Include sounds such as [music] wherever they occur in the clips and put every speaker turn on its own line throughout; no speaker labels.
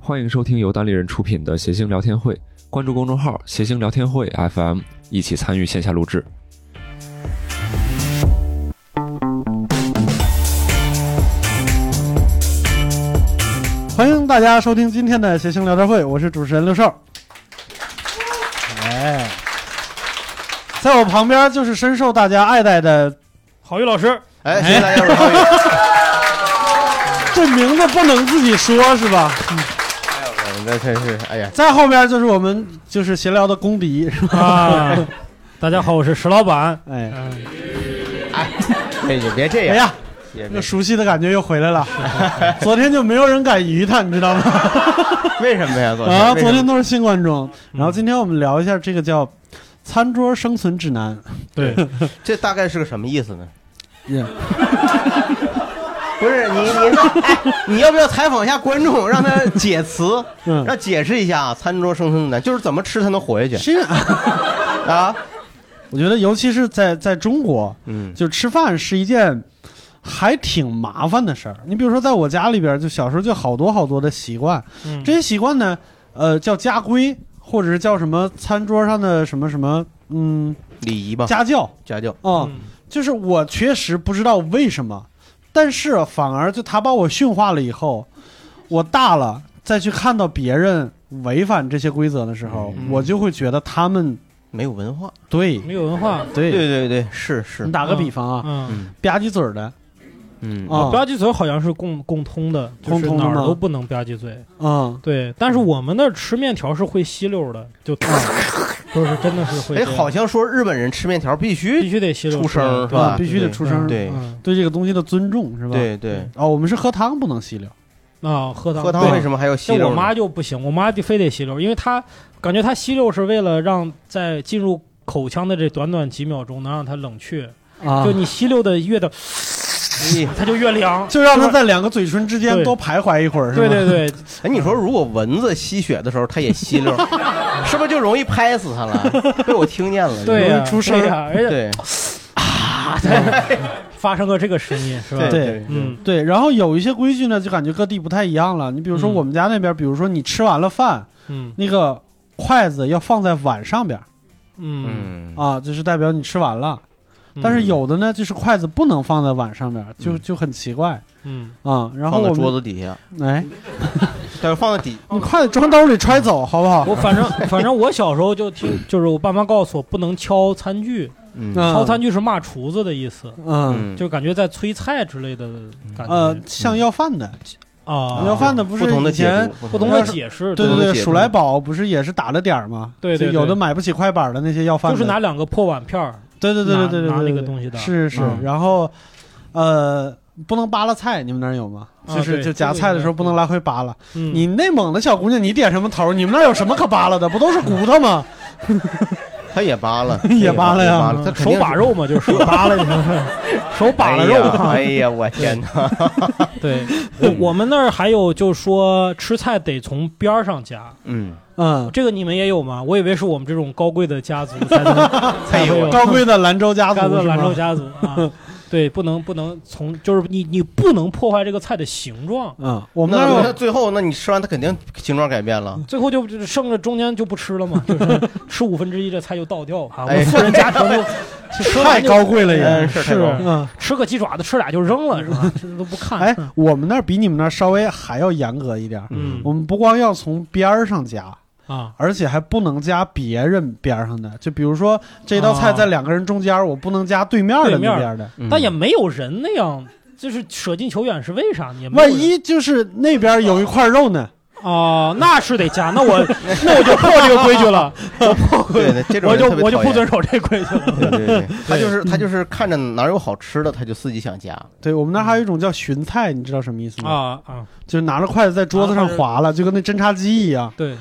欢迎收听由单立人出品的《谐星聊天会》，关注公众号“谐星聊天会 FM”，一起参与线下录制。
欢迎大家收听今天的谐星聊天会，我是主持人刘少。哎，在我旁边就是深受大家爱戴的郝宇老师。
哎，谢谢大家。
这名字不能自己说是吧？
哎我们这真是，哎呀，
在后面就是我们就是闲聊的公敌是吧？
啊，大家好，我是石老板。
哎，
哎，你别这
哎
样，
呀，
也
那
别
熟悉的感觉又回
[laughs]
来了。昨天就没有人敢鱼他，你知道吗？
为什么呀？昨天
啊，
为
昨
什
天
么嗯
都是新观众。然后今天我们聊一下这个叫《餐桌生存指南》。 [laughs]
对，
这大概是个什么意思呢？
Yeah
不是你你、哎，你要不要采访一下观众，让他解词，
[laughs] 嗯
让解释一下啊？餐桌生存指南就是怎么吃才能活下去
是，
啊？
我觉得尤其是在在中国，
嗯
就吃饭是一件还挺麻烦的事儿。你比如说，在我家里边，就小时候就好多好多的习惯，这些习惯呢，呃，叫家规，或者是叫什么餐桌上的什么什么，嗯，
礼仪吧，
家教
家教，
哦，
嗯
就是我确实不知道为什么，但是啊反而就他把我驯化了以后，我大了再去看到别人违反这些规则的时候，
嗯
我就会觉得他们
没有文化。
对
没有文化。
对。
对啊对对，是是
你，打个比方啊，
嗯，哦
吧唧嘴儿的
嗯
啊，
吧唧嘴好像是共共通的，就
共
是
通的
哪儿
吗
都不能吧唧嘴。
嗯，
对，但是我们那儿吃面条是会吸溜的，就
[laughs]
都是真的是会这
哎，
样。
好像说日本人吃面条必
必
须
须得吸溜
出声儿是
对
吧？
必须得出声儿，
对
嗯
对这个东西的尊重是吧？。
对对，
哦，我们是喝汤不能吸溜，
啊，喝汤
喝汤
对
为什么还要吸
像
溜
我
呢？
妈就不行，我妈就非得吸溜，因为她感觉她吸溜是为了让在进入口腔的这短短几秒钟能让它冷却，
啊
就你吸溜的越的
哎
它就越凉，
就让它
[laughs]
在两个嘴唇之间
对
多徘徊一会儿，是吧？
对对对，
哎，你说如果蚊子吸血的时候，它也吸溜儿，是不是就容易拍死它了？
[laughs]
被我听见了。
对呀、
容易出声
对呀、而且
对
[laughs] 发生过这个声音是吧？
对
嗯，
对然后有一些规矩呢，就感觉各地不太一样了。你比如说
嗯
我们家那边，比如说你吃完了饭，
嗯
那个筷子要放在碗上边儿
嗯
嗯
啊，就是代表你吃完了。但是有的呢，就是筷子不能放在碗上边儿，就
嗯
就很奇怪
嗯，
啊。然后
放在
我
桌
们
子底下，
哎，
但是放在底，
你筷子装兜里揣走好不好？
哦
[laughs]
我反正反正我小时候就听，就是我爸妈告诉我不能敲餐具，
嗯
嗯
敲餐具是骂厨子的意思，
嗯
嗯，
就感觉在催菜之类的感
呃
觉，嗯
像要饭的，
啊。
要饭的不是
不同的
以
解
前
读，
不同的解释，
对
不同
对
的
对，
解
鼠
读
来宝不是也是打了点儿吗？
对对
就
对
有的买不起快板的那些要饭
就
的，
是拿两个破碗片儿，
对对对对对对
拿
对
拿
对
那个东西的
是是
嗯。
然后，呃，不能扒拉菜，你们那儿有吗？
啊
就是
对
就夹菜的时候不能来回扒拉。
嗯，
你内蒙的小姑娘，你点什么头？你们那儿有什么可扒拉的？不都是骨头
[laughs]
吗？
它也扒了，
[laughs] 也扒了呀
它
手把肉嘛，就是手扒拉，手把了
了
肉。
哎呀，我天哪！
对，我我们那儿还有就说吃菜得从边儿上夹，
嗯，
嗯，
这个你们也有吗？我以为是我们这种高贵的家族才能才会有
高贵的兰州家族
高贵的
是
兰州
吗？
家族啊。对，不能不能从就是你你不能破坏这个菜的形状，
[laughs] 嗯，我们那
那
儿
那
有
最后，那你吃完它肯定形状改变了。
最后就就剩着中间就不吃了嘛，就是吃五分之一这菜就倒掉啊。我
哎
们富人家庭
[laughs]
就吃
太
完就呃
高贵了也。
嗯，是太高了。
嗯，
吃个鸡爪子吃俩就扔了是
嗯
吧？这都不看。
哎，我们那儿比你们那儿稍微还要严格一点儿。
嗯
我们不光要从边儿上夹，
啊
而且还不能加别人边儿上的，就比如说这道菜在两个人中间，我不能加对面的
对面
那边的。
哦嗯
但也没有人那样，就是舍近求远是为啥呢？也没有
万
人
一就是那边有一块肉呢？
啊、那是得加，那我那我就破这个规矩
[laughs]
了，
对对，这种
我
人
就
特别
我就
讨
不
厌
遵守这规矩了。
对对对，他就是他就是看着哪儿有好吃的，他就自己想夹。嗯
对我们那儿还有一种叫寻菜，你知道什么意思吗？
啊啊，
就是拿着筷子在桌子上划了，就跟那侦察机一样。
对，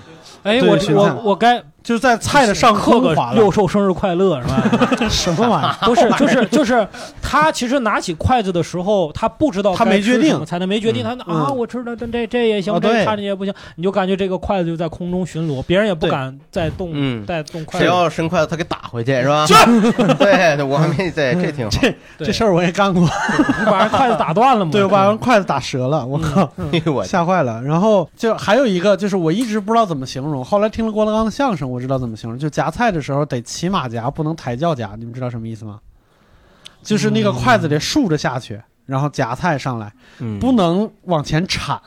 哎，
对
我
是
我
看
我该
就是在菜的上
刻
空
个
划了
六，兽生日快乐是吧？ [laughs]
什么玩意儿？
不是，
[laughs]
就是就是他其实拿起筷子的时候，他不知道
他没
哦该吃
决定
什么菜，他没决定，他啊，
嗯
我吃的这这这也行
哦，
这
对
看着也不行，你就感觉这个筷子就在空中巡逻，别人也不
对
敢再动
嗯，
再动筷
谁
子。
要伸筷子，他给打回去是吧？ [laughs]
[laughs]
对，对我还没对，
嗯
这挺好。
对
这事儿我也干过，
你把人筷子打断了
[laughs]
嘛？
对，我把人筷子打折了，
嗯
我靠，
哎呦我
吓坏了。然后就还有一个，就是我一直不知道怎么形容，后来听了郭德纲的相声，我知道怎么形容，就夹菜的时候得骑马夹，不能抬轿夹，你们知道什么意思吗？就是那个
嗯
筷子得竖着下去，然后夹菜上来，
嗯
不能往前铲，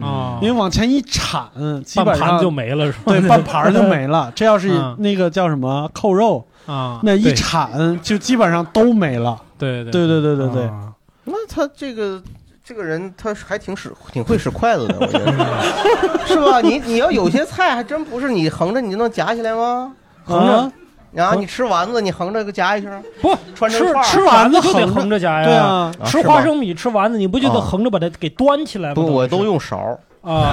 啊，
因为往前一铲，基
半
本
盘
上
就没了是吧？
对半盘儿就没
[laughs]
了。这要是
嗯
那个叫什么扣肉，
啊，
那一
对
铲就基本上都没了。
对对
对对对对对，
啊
那他这个这个人，他还挺使，挺会使筷子的，我觉得是吧？你你要有些菜还真不是你横着你就能夹起来吗？
横着
啊
然后你吃丸子，你横着给夹一下，
不
穿成
吃
串儿
吃丸子就得横着夹呀，
对，啊，
啊
吃
是
花
吧
生米吃丸子，你不就得
啊
横着把它给端起来吗？
不，我都
是
用勺。
啊，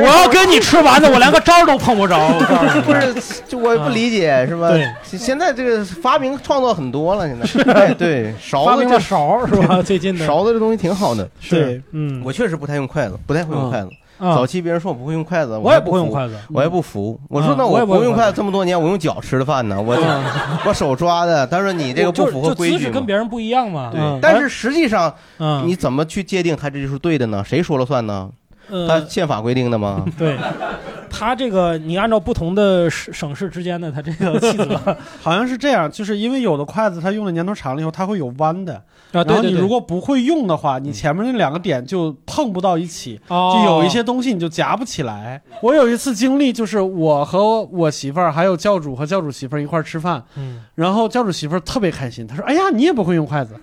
我要跟你
吃丸子我连个渣都碰不着，我告诉
[laughs]
你啊
不是，就我不理解是吧？
对
现现在这个发明创造很多了，现在哎
[laughs]
对勺
发
子
明
这
了勺儿是吧？最近的
勺子这东西挺好的。
是
对
嗯，
我确实不太用筷子，不太会用筷子。
啊
早期别人说我不会用筷子，
我也不会
还
用
服
筷子，
我也不服，我说
嗯
那
我也不
不
会
用
筷嗯
筷子这么多年，我用脚吃的饭呢，我我手抓的。他说你这个
我就
不
是
符合
就
规
姿
矩
势
嘛
跟。别人不一样嘛。
嗯
对，但是实际上
嗯，
你怎么去界定他这就是对的呢？谁说了算呢？他
呃，
宪法规定的
[laughs]
吗？
对。他这个，你按照不同的省省市之间的他这个细则
[laughs]
好像是这样，就是因为有的筷子它用的年头长了以后，它会有弯的，
啊
然后你如果不会用的
嗯
话，你前面那两个点就碰不到一起，
就
就有一些东西你就夹不起来。我有一次经历就是我和我媳妇儿还有教主和教主媳妇儿一块儿吃饭，
嗯
然后教主媳妇儿特别开心，她说：“哎呀，你也不会用筷子，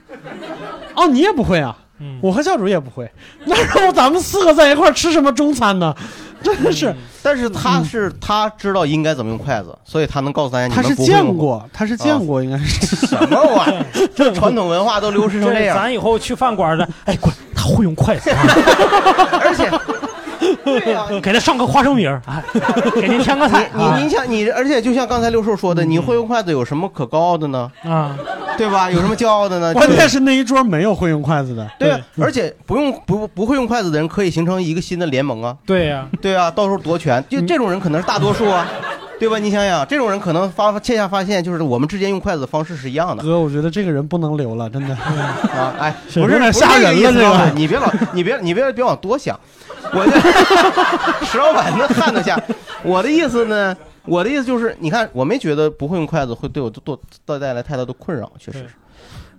哦，你也不会啊。”
嗯
我和教主也不会， [laughs] 那然后咱们四个在一块儿吃什么中餐
[laughs]
呢？真的是，
嗯但是他
嗯
是他知道应该怎么用筷子，所以他能告诉大家你
他是
们不会用啊
见过，他是见过，应该是
什么玩
[laughs]
意儿？这 [laughs] 传统文化都流失成这
这
样，
咱以后去饭馆的，哎，快，他会用筷子啊，
[laughs] 而且
[laughs]
对啊呀、
给他上个花生米儿，哎，给您
[laughs]
添个啊菜
你你你想你，而且就像刚才六叔说的，你会用筷子有什么可高傲的呢？
啊，
[laughs] 对吧？有什么骄傲的呢？
[laughs] 关键是那一桌没有会用筷子的，
对啊，而且不用不不会用筷子的人可以形成一个新的联盟啊，
对呀，
对啊，到时候夺权，就这种人可能是大多数
[laughs]
啊，对吧？你想想，这种人可能发恰恰发现，就是我们之间用筷子的方式是一样的
哥，我觉得这个人不能留了，真的。
[laughs] 啊，哎，
是
不
有
是
点
不是
吓人
这个
了
意思
这个
老板你别老你别你别别往多想，我这 [laughs] 石老板能看得下，我的意思呢？我的意思就是，你看，我没觉得不会用筷子会对我多多带来太大的困扰，确实是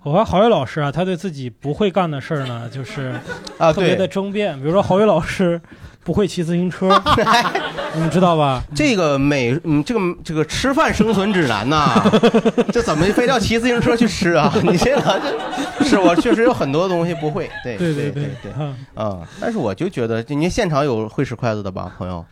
我和郝宇老师啊，他对自己不会干的事儿呢，就是
啊，
特别的
对，
争辩。比如说郝宇老师不会骑自
[laughs]
行车， [laughs] 你们知道吧？
这个美，嗯，这个这个吃饭生存指南呐、
[laughs]
这怎么非要骑自行车去吃啊？你这个这是我确实有很多东西不会，对
对
对
对
对，
啊
啊、但是我就觉得，你现场有会使筷子的吧，朋友？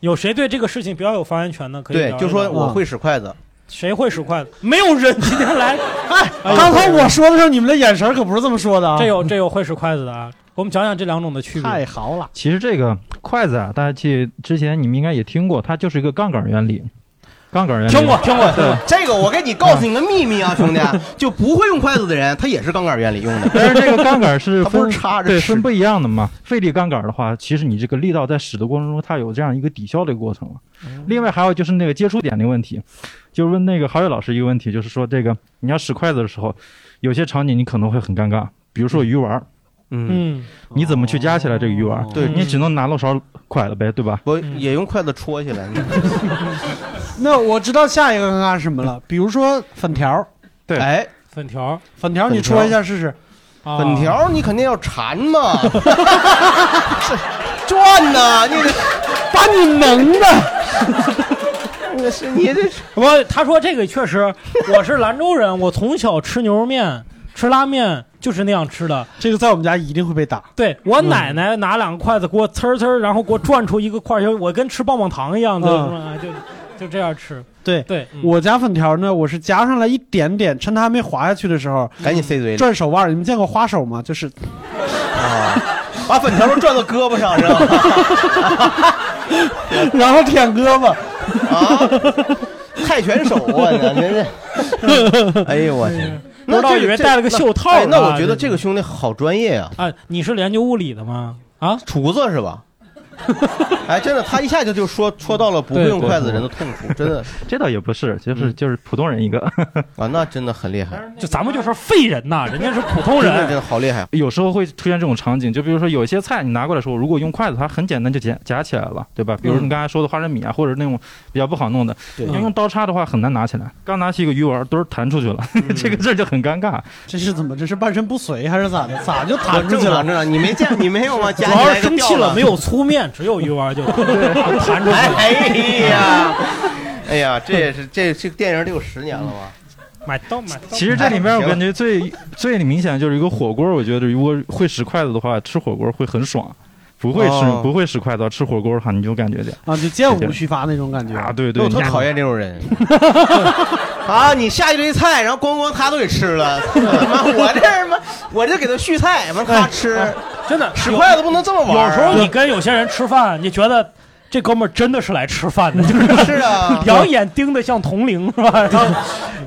有谁对这个事情比较有发言权呢？可以
对
聊，一啊
就说
聊
我会使筷子，
谁会使筷子？没有人今天 [laughs] 来，
哎，
哎
刚才我说的时候，你们的眼神可不是这么说的啊！
这有这有会使筷子的啊。给我们讲讲这两种的区
太
别。
好了，
其实这个筷子啊，大家记之前你们应该也听过，它就是一个杠杆原理。杠杆原理
听过，听过，听
对
过。
嗯 [laughs] 这个我给你告诉你个秘密啊，兄弟，
[laughs]
[laughs]
就不会用筷子的人，他也是杠杆原理用的。
但是这个杠杆
[laughs]
是
它不
分
是插着
对
使
分不一样的嘛。费力杠杆的话，其实你这个力道在使的过程中，它有这样一个抵消的过程了。另外还有就是那个接触点的问题，就是问那个郝宇老师一个问题，就是说这个你要使筷子的时候，有些场景你可能会很尴尬，比如说鱼丸儿，
嗯，
嗯，
你怎么去夹起来这个鱼丸儿？
哦对
你只能拿漏勺㧟了呗，对吧？
我
嗯
也用筷子戳起来。
那我知道下一个尴尬是什么了，比如说粉条，
对
哎，
粉条
粉条你
粉条
戳一下试试，
啊，
粉条你肯定要馋
[laughs]
嘛，转呐，你得
把你萌的，
那是你这是
我他说这个确实，我是兰州人，我从小吃牛肉面、吃拉面就是那样吃的。
这个在我们家一定会被打。
对我奶奶拿两个筷子给我呲儿呲儿，然后给我转出一个
哎
块儿，就我跟吃棒棒糖一样的，
嗯
是吧就就这样吃。
对
对，嗯
我家粉条呢，我是夹上来一点点，趁它还没滑下去的时候
赶紧塞嘴里
转手腕儿。你们见过花手吗？就是 [laughs]
[laughs]
啊，把粉条都转到胳膊上是吧？
然后舔胳膊，
啊，泰拳手啊，你
[laughs]
这这，哎呦我天！那
嗯不知道
这
以为
这
戴了个
那
袖套
哎那
呢
我
啊
觉
这
得这个兄弟好专业啊，
啊，你是研究物理的吗？啊，
厨子是吧？哎，真的，他一下就就说说到了不会用筷子人的痛处，真的
这倒也不是， [laughs] 就是就是普通人一个，
嗯 [laughs] 啊，那真的很厉害，
[laughs] 就咱们就说废人呐，人家是普
真
通
[laughs] 的真
人。
的好厉害。
有时候会出现这种场景，就比如说有些菜你拿过来的时候，如果用筷子，它很简单就夹夹起来了，对吧？比如你刚才说的花生米啊，或者那种比较不好弄的，
嗯对
你要用刀叉的话很难拿起来。刚拿起一个鱼丸，墩儿弹出去了，
嗯
[laughs] 这个事儿就很尴尬。
这是怎么？这是半身不遂还是咋的？咋就弹出
正
去
常
了？
正常，你没见你没有吗？主
主要是生气了，没有粗面，只有
[laughs]
鱼丸就弹出
哎
来。
哎
[laughs]
呀，哎呀，这也是这这个电影得有十年了吧？
嗯买刀买刀。
其实
哎
这里面我感觉最最明显就是一个火锅，我觉得如果会使筷子的话，吃火锅会很爽。不会使、
哦
不会使筷子的话，吃火锅的话你就感觉点
啊，就剑舞虚发那种感觉
啊，对对，
我特
你
讨厌这种人。啊！你下一堆菜，然后咣咣他都给吃了， [laughs] 他妈我这他妈我这给他续菜，完他吃，
哎真的
使
有
筷子不能这么玩儿
有
啊。
时候你跟有些人吃饭，你觉得这哥们儿真的是来吃饭的，就是，
[laughs] 是啊
[laughs] 两眼盯得像铜铃是吧？然后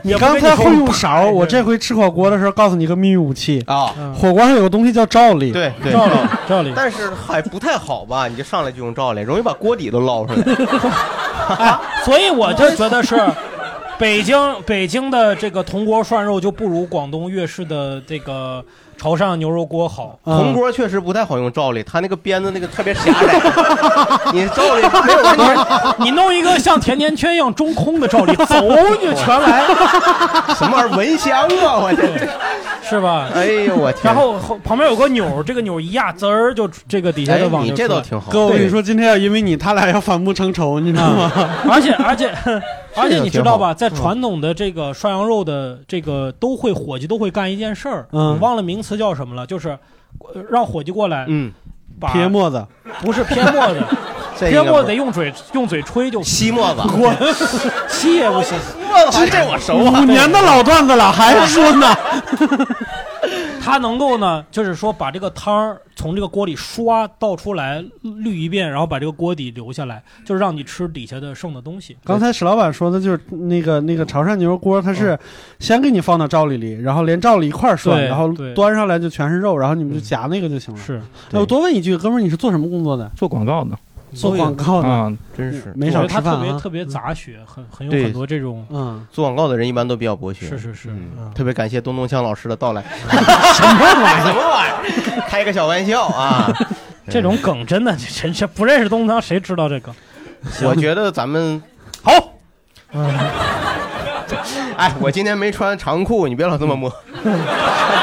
你
[laughs] 也不
刚
跟
才
说
会用勺，我这回吃火锅的时候告诉你一个秘密武器，
啊，
火锅上有个东西叫罩力。，
对对。
照理照理，
但是还不太好吧？你就上来就用照来， [laughs] 容易把锅底都捞出
[laughs]
来。
哎，所以
[laughs]
我就 [laughs] 觉得是。北京北京的这个铜锅涮肉就不如广东粤式的这个潮汕牛肉锅好，
铜锅确实不太好用照来，它那个边子那个特别狭窄，你照来没有人家
你弄一个像甜甜圈一样中空的照例，走你全来，
什么玩意儿蚊香啊！我这，
是吧？
哎呦我天！
然后后旁边有个钮儿，这个钮儿一压，滋儿就这个底下
哎
的，网
你
就出
这
来
倒
了。
挺好。
哥，我跟你
对，
说，今天要因为你，他俩要反目成仇，你知
[laughs]
道吗？
而且而 [laughs] 且而且你知道吧，在
嗯
传统的这个涮羊肉的这个都会伙计都会干一件事儿，
嗯
忘了名词叫什么了，就是呃让伙计过来
嗯，
把
撇沫子，
不是撇沫子，
[laughs] 这
撇
应该
沫
不
得用嘴用嘴吹就
吸沫
[laughs]
子， [laughs]
滚，吸也不行。
吸沫子，这我熟啊
五。年的老段子了，还说
[laughs]
呢？
它能够呢，就是说把这个汤儿从这个锅里刷倒出来滤一遍，然后把这个锅底留下来，就是让你吃底下的剩的东西。
刚才史老板说的就是那个那个潮汕牛肉锅，它是先给你放到罩里里，然后连罩里一块儿涮，
对
然后
对
端上来就全是肉，然后你们就夹那个就行了。
嗯
是
哎，我多问一句，哥们儿，你是做什么工作的？
做广告呢
做广告的，
啊，
真是
没
我
少
觉得
吃
它特
饭
别
啊。
特别杂学，很很
嗯对
有很多这种。
嗯，
做广告的人一般都比较博学。
是是是，
嗯
嗯，
特别感谢东东锵老师的到
[laughs]
来。什么玩意儿？什么玩意儿？开个小玩笑啊！
[laughs] 这种梗真的， [laughs] 这真是不认识东堂谁知道这梗？
我觉得咱们好。哎，我今天没穿长裤，你别老这么
[laughs]
摸。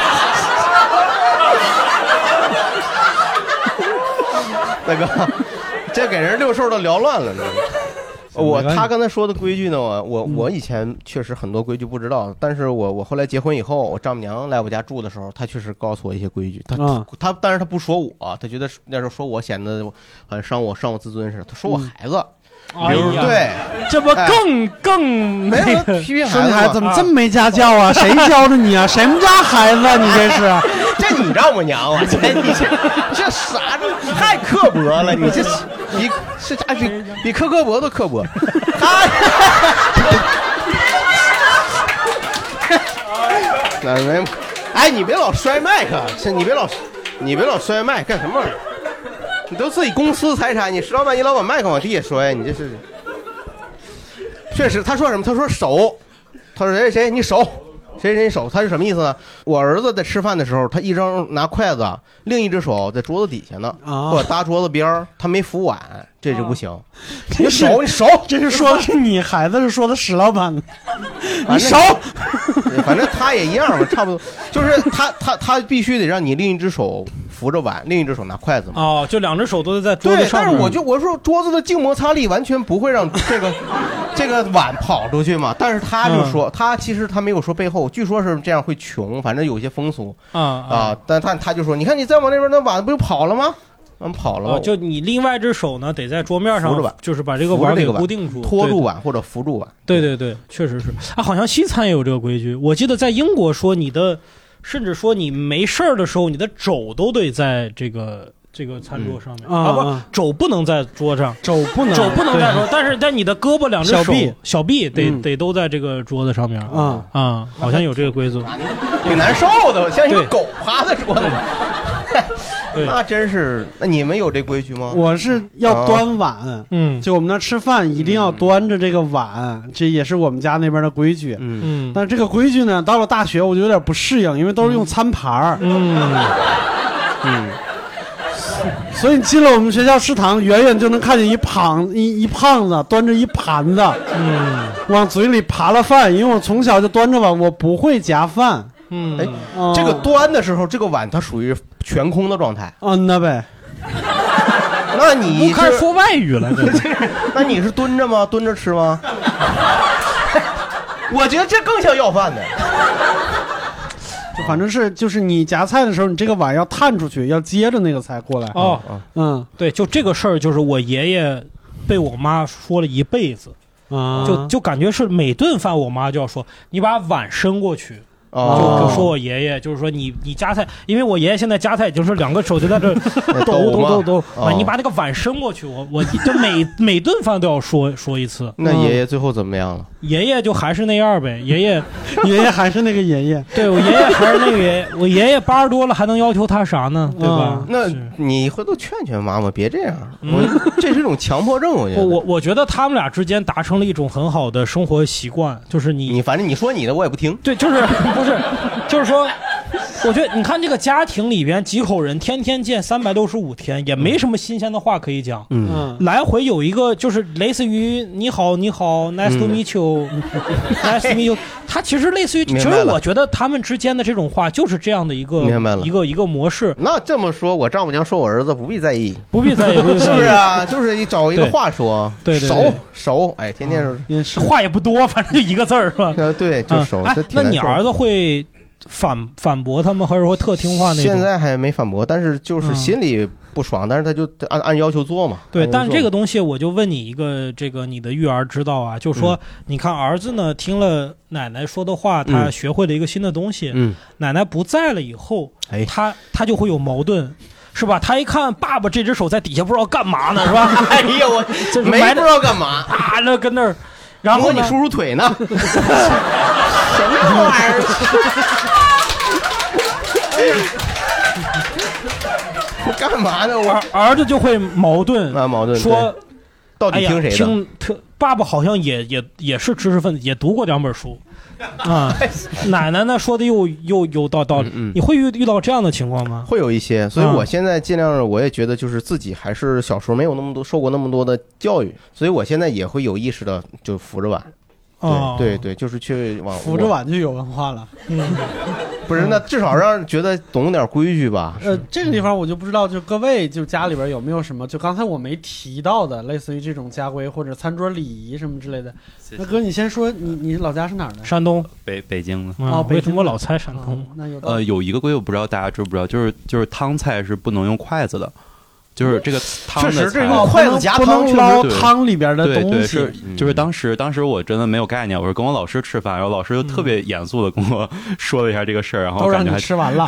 [laughs] 大哥，这给人六兽都聊乱了呢。我他刚才说的规矩呢，我我
嗯
我以前确实很多规矩不知道，但是我我后来结婚以后，我丈母娘来我家住的时候，她确实告诉我一些规矩。她
啊
她但是她不说我，她觉得是那时候说我显得好像伤我伤我自尊似的。她说我
嗯
孩子，
哎
比如
呀，
对，
[laughs]
哎
这不更更
没
那
有
个？
批评
说你孩
孩
子
子
怎
吗，
么这么没家教啊？谁教的你啊？谁们家孩子啊？你这是？
这你丈母娘啊，这你这这啥这 [laughs] 太刻薄了，你这比这家比比克格勃都刻薄，哎他。那没， [laughs] 哎，你别老摔麦克，是你别老，你别老摔麦干什么玩意儿？你都自己公司财产，你石老板，你老把麦克往地下摔，你这是。确实，他说什么？他说手，他说谁谁谁你手，谁谁谁手，他是什么意思呢？我儿子在吃饭的时候，他一张拿筷子，另一只手在桌子底下呢，
啊
或者搭桌子边儿，他没扶碗，这就不行。
这
你
是
手，你手，
这是说的是你孩子，是说的史老板。
[laughs] 反
你
正
手，
对反正他也一样嘛，差不多，就是他他他必须得让你另一只手扶着碗，另一只手拿筷子嘛。
哦，就两只手都在桌子
对，
上
但
面。
是我就我说桌子的静摩擦力完全不会让这
[laughs]
个这个碗跑出去嘛，但是他就
嗯
说、他其实他没有说背后，据说是这样会穷，反正有些风俗
啊啊。
啊，但他他就说你看你再往那边那碗不就跑了吗？嗯，跑了
哦
嘛，
就你另外一只手呢，得在桌面上
扶着碗，
就是把这个
扶着
碗
这
给
个碗
固定住，
拖
对
住碗或者扶住碗。
对对对，确实是啊，好像西餐也有这个规矩。我记得在英国说你的，甚至说你没事儿的时候，你的肘都得在这个这个餐桌上面、
嗯
啊，不
啊
是肘不能在桌上，
肘不能
肘不能
对
在桌，但是但你的胳膊、两只手、
小臂
小臂得、
嗯
得都在这个桌子上面啊
啊，
啊，好像有这个规则。
挺难受的，像一个
对
狗趴在桌子上。[laughs]
对
那真是，那你们有这规矩吗？
我是要端碗，
嗯
就我们那吃饭一定要端着这个碗，这也是我们家那边的规矩。
嗯，
嗯
但这个规矩呢，到了大学我就有点不适应，因为都是用餐盘儿，嗯
嗯，
所以你进了我们学校食堂，远远就能看见一胖一一胖子端着一盘子，嗯，往嘴里扒拉饭。因为我从小就端着碗，我不会夹饭。
哎，
哦
这个端的时候，这个碗它属于全空的状态。
嗯呐呗，
[laughs] 那你
开始
是
说外语了，这是
[laughs] 那你是蹲着吗？蹲着吃吗？ [laughs] 我觉得这更像要饭的。
就反正是就是你夹菜的时候，你这个碗要探出去，要接着那个菜过来。
哦，
嗯
对，就这个事儿，就是我爷爷被我妈说了一辈子，
啊，
就就感觉是每顿饭我妈就要说，你把碗伸过去，就
哦，
就说我爷爷，就是说你你夹菜，因为我爷爷现在夹菜就是两个手就在
[laughs]
这抖
抖
抖
吗
抖抖，
哦
啊，你把那个碗伸过去，我我就每每顿饭都要说说一次，
嗯
那爷哎爷最后怎么样了？
爷爷就还是那样呗，爷爷
[laughs] 爷爷还是那个爷爷。
对我爷爷还是那个爷爷，我爷爷八十多了还能要求他啥呢，对吧
嗯？
啊那
是嗯
你回头劝劝妈妈，别这样。我 [laughs] 这是一种强迫症，我觉
[laughs] 我
得。
我我觉得他们俩之间达成了一种很好的生活习惯，就是
你反正你说你的，我也不听。
对，就是不是，就是说，我觉得你看这个家庭里边几口人，天天见三百六十五天，也没什么新鲜的话可以讲。
嗯，
嗯，
来回有一个就是类似于你好你好
嗯
nice to meet
[laughs]
you，nice to meet you，它其实类似于，其
明白
实
了
我觉得他们之间的这种话就是这样的一个
明白了
一个一个模式，
那这么说，我丈母娘说我儿子不必在意，
不必在意，不
[laughs]
必
是
在意
不是？啊？就是你找一个
对
话说，
对啊对
熟
对
熟，哎，天天是，
也是
嗯话也不多，反正就一个字儿是吧？
呃，对，就
嗯
熟。
哎
这，挺
那
难
你
受
儿子会反反驳他们，还是说特听话那种？
现在还没反驳，但是就是
嗯
心里不爽，但是他就按按要求做嘛。
对，
按要求
但这
做
个东西我就问你一个，这个你的育儿之道啊，就
嗯
是说，你看儿子呢听了奶奶说的话，他
嗯
学会了一个新的东西。
嗯，
奶奶不在了以后，
哎
他他就会有矛盾，是吧？他一看爸爸这只手在底下不知道干嘛呢，是吧？
[laughs] 哎呀，我
[laughs] 就是
没
埋
不
着
知道干嘛，
啊，那跟那儿，然后
摸
呢
你叔叔腿
[laughs]
呢，什么玩意儿？我 [laughs] 干嘛呢？我
儿儿子就会矛盾，
啊矛盾
说
到
哎
底
呀，
听谁的？
听特爸爸好像也也也是知识分子，也读过两
[laughs]
本书，啊，奶奶呢说的又又有道道理。
嗯嗯
你会遇遇到这样的情况吗？
会有一些，所以
嗯
我现在尽量，我也觉得就是自己还是小时候没有那么多受过那么多的教育，所以我现在也会有意识的就扶着碗，
哦，
对对对，就是去往
扶着碗就有文化了。
嗯，
[laughs] 不是，那至少让觉得懂点规矩
[laughs]
吧。
[laughs] 呃，这个地方我就不知道，就各位就家里边有没有什么，就刚才我没提到的，类似于这种家规或者餐桌礼仪什么之类的。那哥，你先说，你你老家是哪儿的？
山东
北北京的。
哦
啊，
北
为什
京
么我老猜山
哦
东？
那
[laughs]
有道理
呃，有一个规矩，我不知道大家知不知道，就是就是汤菜是不能用筷子的，就是这个汤
确
的
实，这
菜
用筷子夹
不
汤
能
确
捞
实
对
汤里边的
对
东
对
西
是。就是当时当时我真的没有概念，我是跟我老师吃饭，然后老师就特别严肃的跟我说了一下这个事儿，然后
都
我感
让
觉
你
还
吃完
[laughs]
了，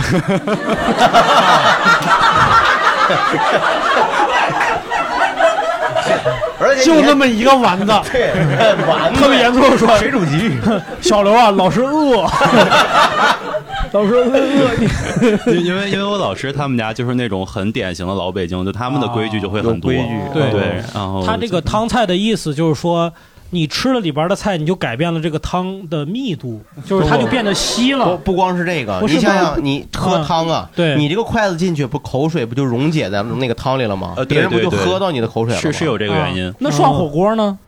而且
就那
么
么一个丸
[laughs]
子。
完特别严肃说水煮鸡，
[laughs] 小刘啊，老师
[laughs]
饿，老师饿你。
[laughs] 因因为因为我老师他们家就是那种很典型的老北京，就他们的规矩就会
啊
很多，
有规矩
对
对
然后
他这个汤菜的意思就是说。你吃了里边的菜，你就改变了这个汤的密度，就是它就变得稀
不
了。
不光是这个，
不
啊
是
你想
吗
想，你喝汤啊，
对
你这个筷子进去，不口水不就溶解在那个汤里了吗
呃？对
别人不就
对对
喝到你的口水了吗？
是是有这个原因
啊，那涮火锅呢？
嗯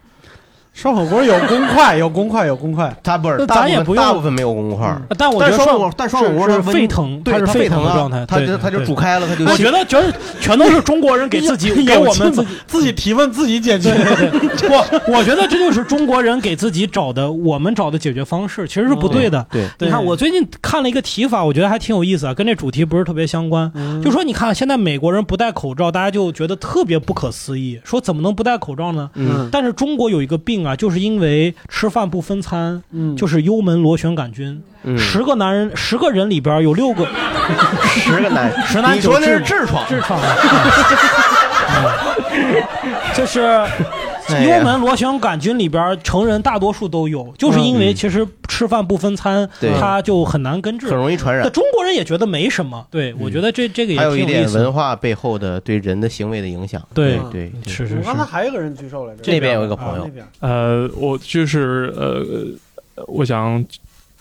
涮火锅有公
[laughs]
筷，有公筷，有公筷。
他不是，
那
嗯大
咱
部
也
分
不
大
用嗯呃
部分没有公筷儿，
但我觉
但
得
涮
涮
火但涮火锅
是
它
是
温
沸腾，
对，
它是
它
沸
腾
的
啊
状态，
它就
对
它就
对
煮开了，它就
我觉得
[laughs]
全全都是中国人给自
[laughs]
己给我们自己。
自己提问自己解决
对。对对，我我觉得这就是中国人给自己找的，我们找的解决方式其实是不对的。
嗯对，
你看，我最近看了一个提法，我觉得还挺有意思啊，跟这主题不是特别相关。
嗯
就说你看，啊现在美国人不戴口罩，大家就觉得特别不可思议，说怎么能不戴口罩呢？
嗯
但是中国有一个病啊，就是因为吃饭不分餐，
嗯
就是幽门螺旋杆菌。
嗯
十个男人，十个人里边
[laughs]
有六个，
十个男，
[laughs] 十男
你
九
说那是
痔
痔疮，
痔疮，
[laughs]
就是
哎呀
幽门螺旋杆菌里边，成人大多数都有，就是因为其实吃饭不分餐，
嗯对
它就很难根治
很。容易传染嗯
那。中国人也觉得没什么，对我觉得这这个也
还有一
挺有意
点
思的
文。化背后的对人的行为的影响。
对
对，对
是是
我
嗯
是
刚，才还有一个人举手来着，
那边有一个
啊
朋友
那，边
呃，我就是呃，我想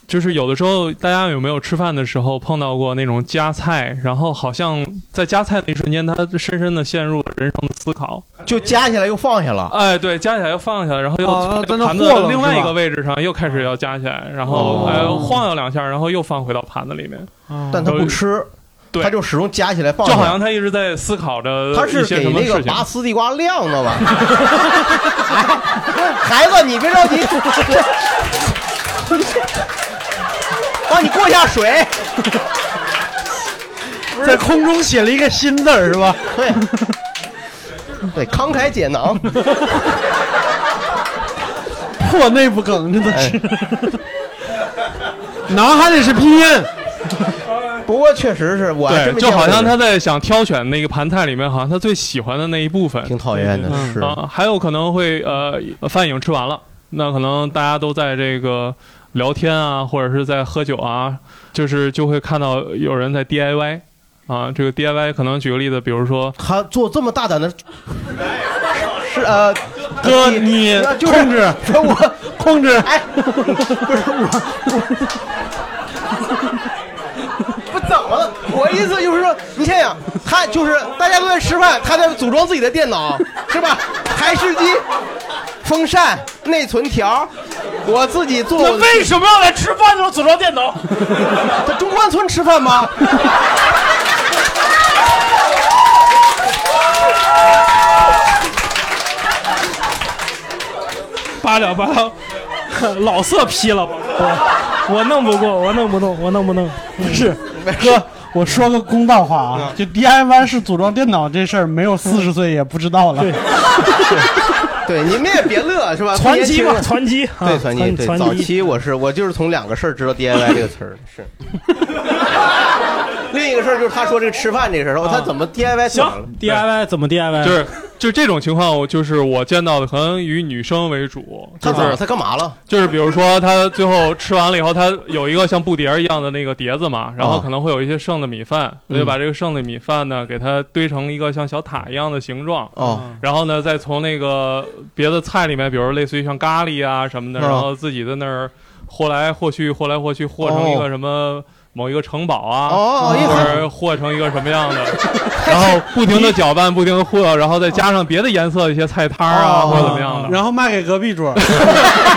就是有的时候大家有没有吃饭的时候碰到过那种夹菜，然后好像在夹菜的一瞬间，他深深的陷入了人生的思考。
就夹起来又放下了。
哎，对，夹起来又放下，然后又
哦在那
盘
和了
到另外
是吧
一个位置上，又开始要夹起来，然后
哦
呃晃悠两下，然后又放回到盘子里面，
啊
但他不吃，
对
他就始终夹起来放
就
下。
好像他一直在思考着
他是
一些
给
什么
那个
事情。
拔丝地瓜晾的吧？ [laughs] 孩子，你别着急，帮你过一下水。
在空中写了一个新字儿是吧？
对，对，慷慨解囊。
破内部梗真的
哎
是， [laughs] 囊还得是拼音，
不过确实是我还
对
真，没
就
见过
好像
这
他
个
在想挑选那个盘菜里面，好像他最喜欢的那一部分，
挺讨厌的，是
啊，还有可能会呃，饭已经吃完了，那可能大家都在这个聊天啊，或者是在喝酒啊，就是就会看到有人在 DIY 啊，这个 DIY 可能举个例子，比如说
他做这么大
[laughs]
胆的，是呃，
哥你
就是
控制
[laughs] 我
控制
哎，不是我，
[laughs]
我不怎么了？我意思就是说，你想想，他就是大家都在吃饭，他在组装自己的电脑，是吧？台式机、风扇、内存条，我自己做我的。
为什么要来吃饭的时候组装电脑？
[laughs] 在中关村吃饭吗？
八两八两， [laughs] 老色批了吧我，我弄不过，我弄不动，我 [laughs] 弄不嗯弄。
不是哥。 [laughs] 我说个公道话啊，就 DIY 是组装电脑这事儿，没
嗯
有四十岁也不知道了。
[laughs] 对，你们也别乐，是吧？
[laughs] 传奇嘛，
年轻人
传
[laughs]
奇，啊
对传奇，对
传
早
奇。
期我是我就是从两个事儿知道 DIY 这个词儿，是。 [laughs] 另一个事儿就是他说这个吃饭这个事儿，他怎么 DIY
啊行
怎么了
，DIY 怎么 DIY？
就是就这种情况，我就是我见到的可能以女生为主，
他
就
怎么
是
他干嘛了？
就是比如说她最后吃完了以后，她有一个像布碟儿一样的那个碟子嘛，然
啊
后可能会有一些剩的米饭，我
嗯
就把这个剩的米饭呢给它堆成一个像小塔一样的形状，
嗯
哦，
然后呢，再从那个别的菜里面，比如类似于像咖喱啊什么的，
嗯
然后自己在那儿和来和去，和来和去，和成一个什么某一个城堡啊，
哦一会
或者和
儿
成一个什么样
[laughs]
的，然后不停的搅拌，不停的和，然后再加上别的颜色的一些菜摊儿啊，
哦
或者怎么样的。
然后卖给隔壁桌，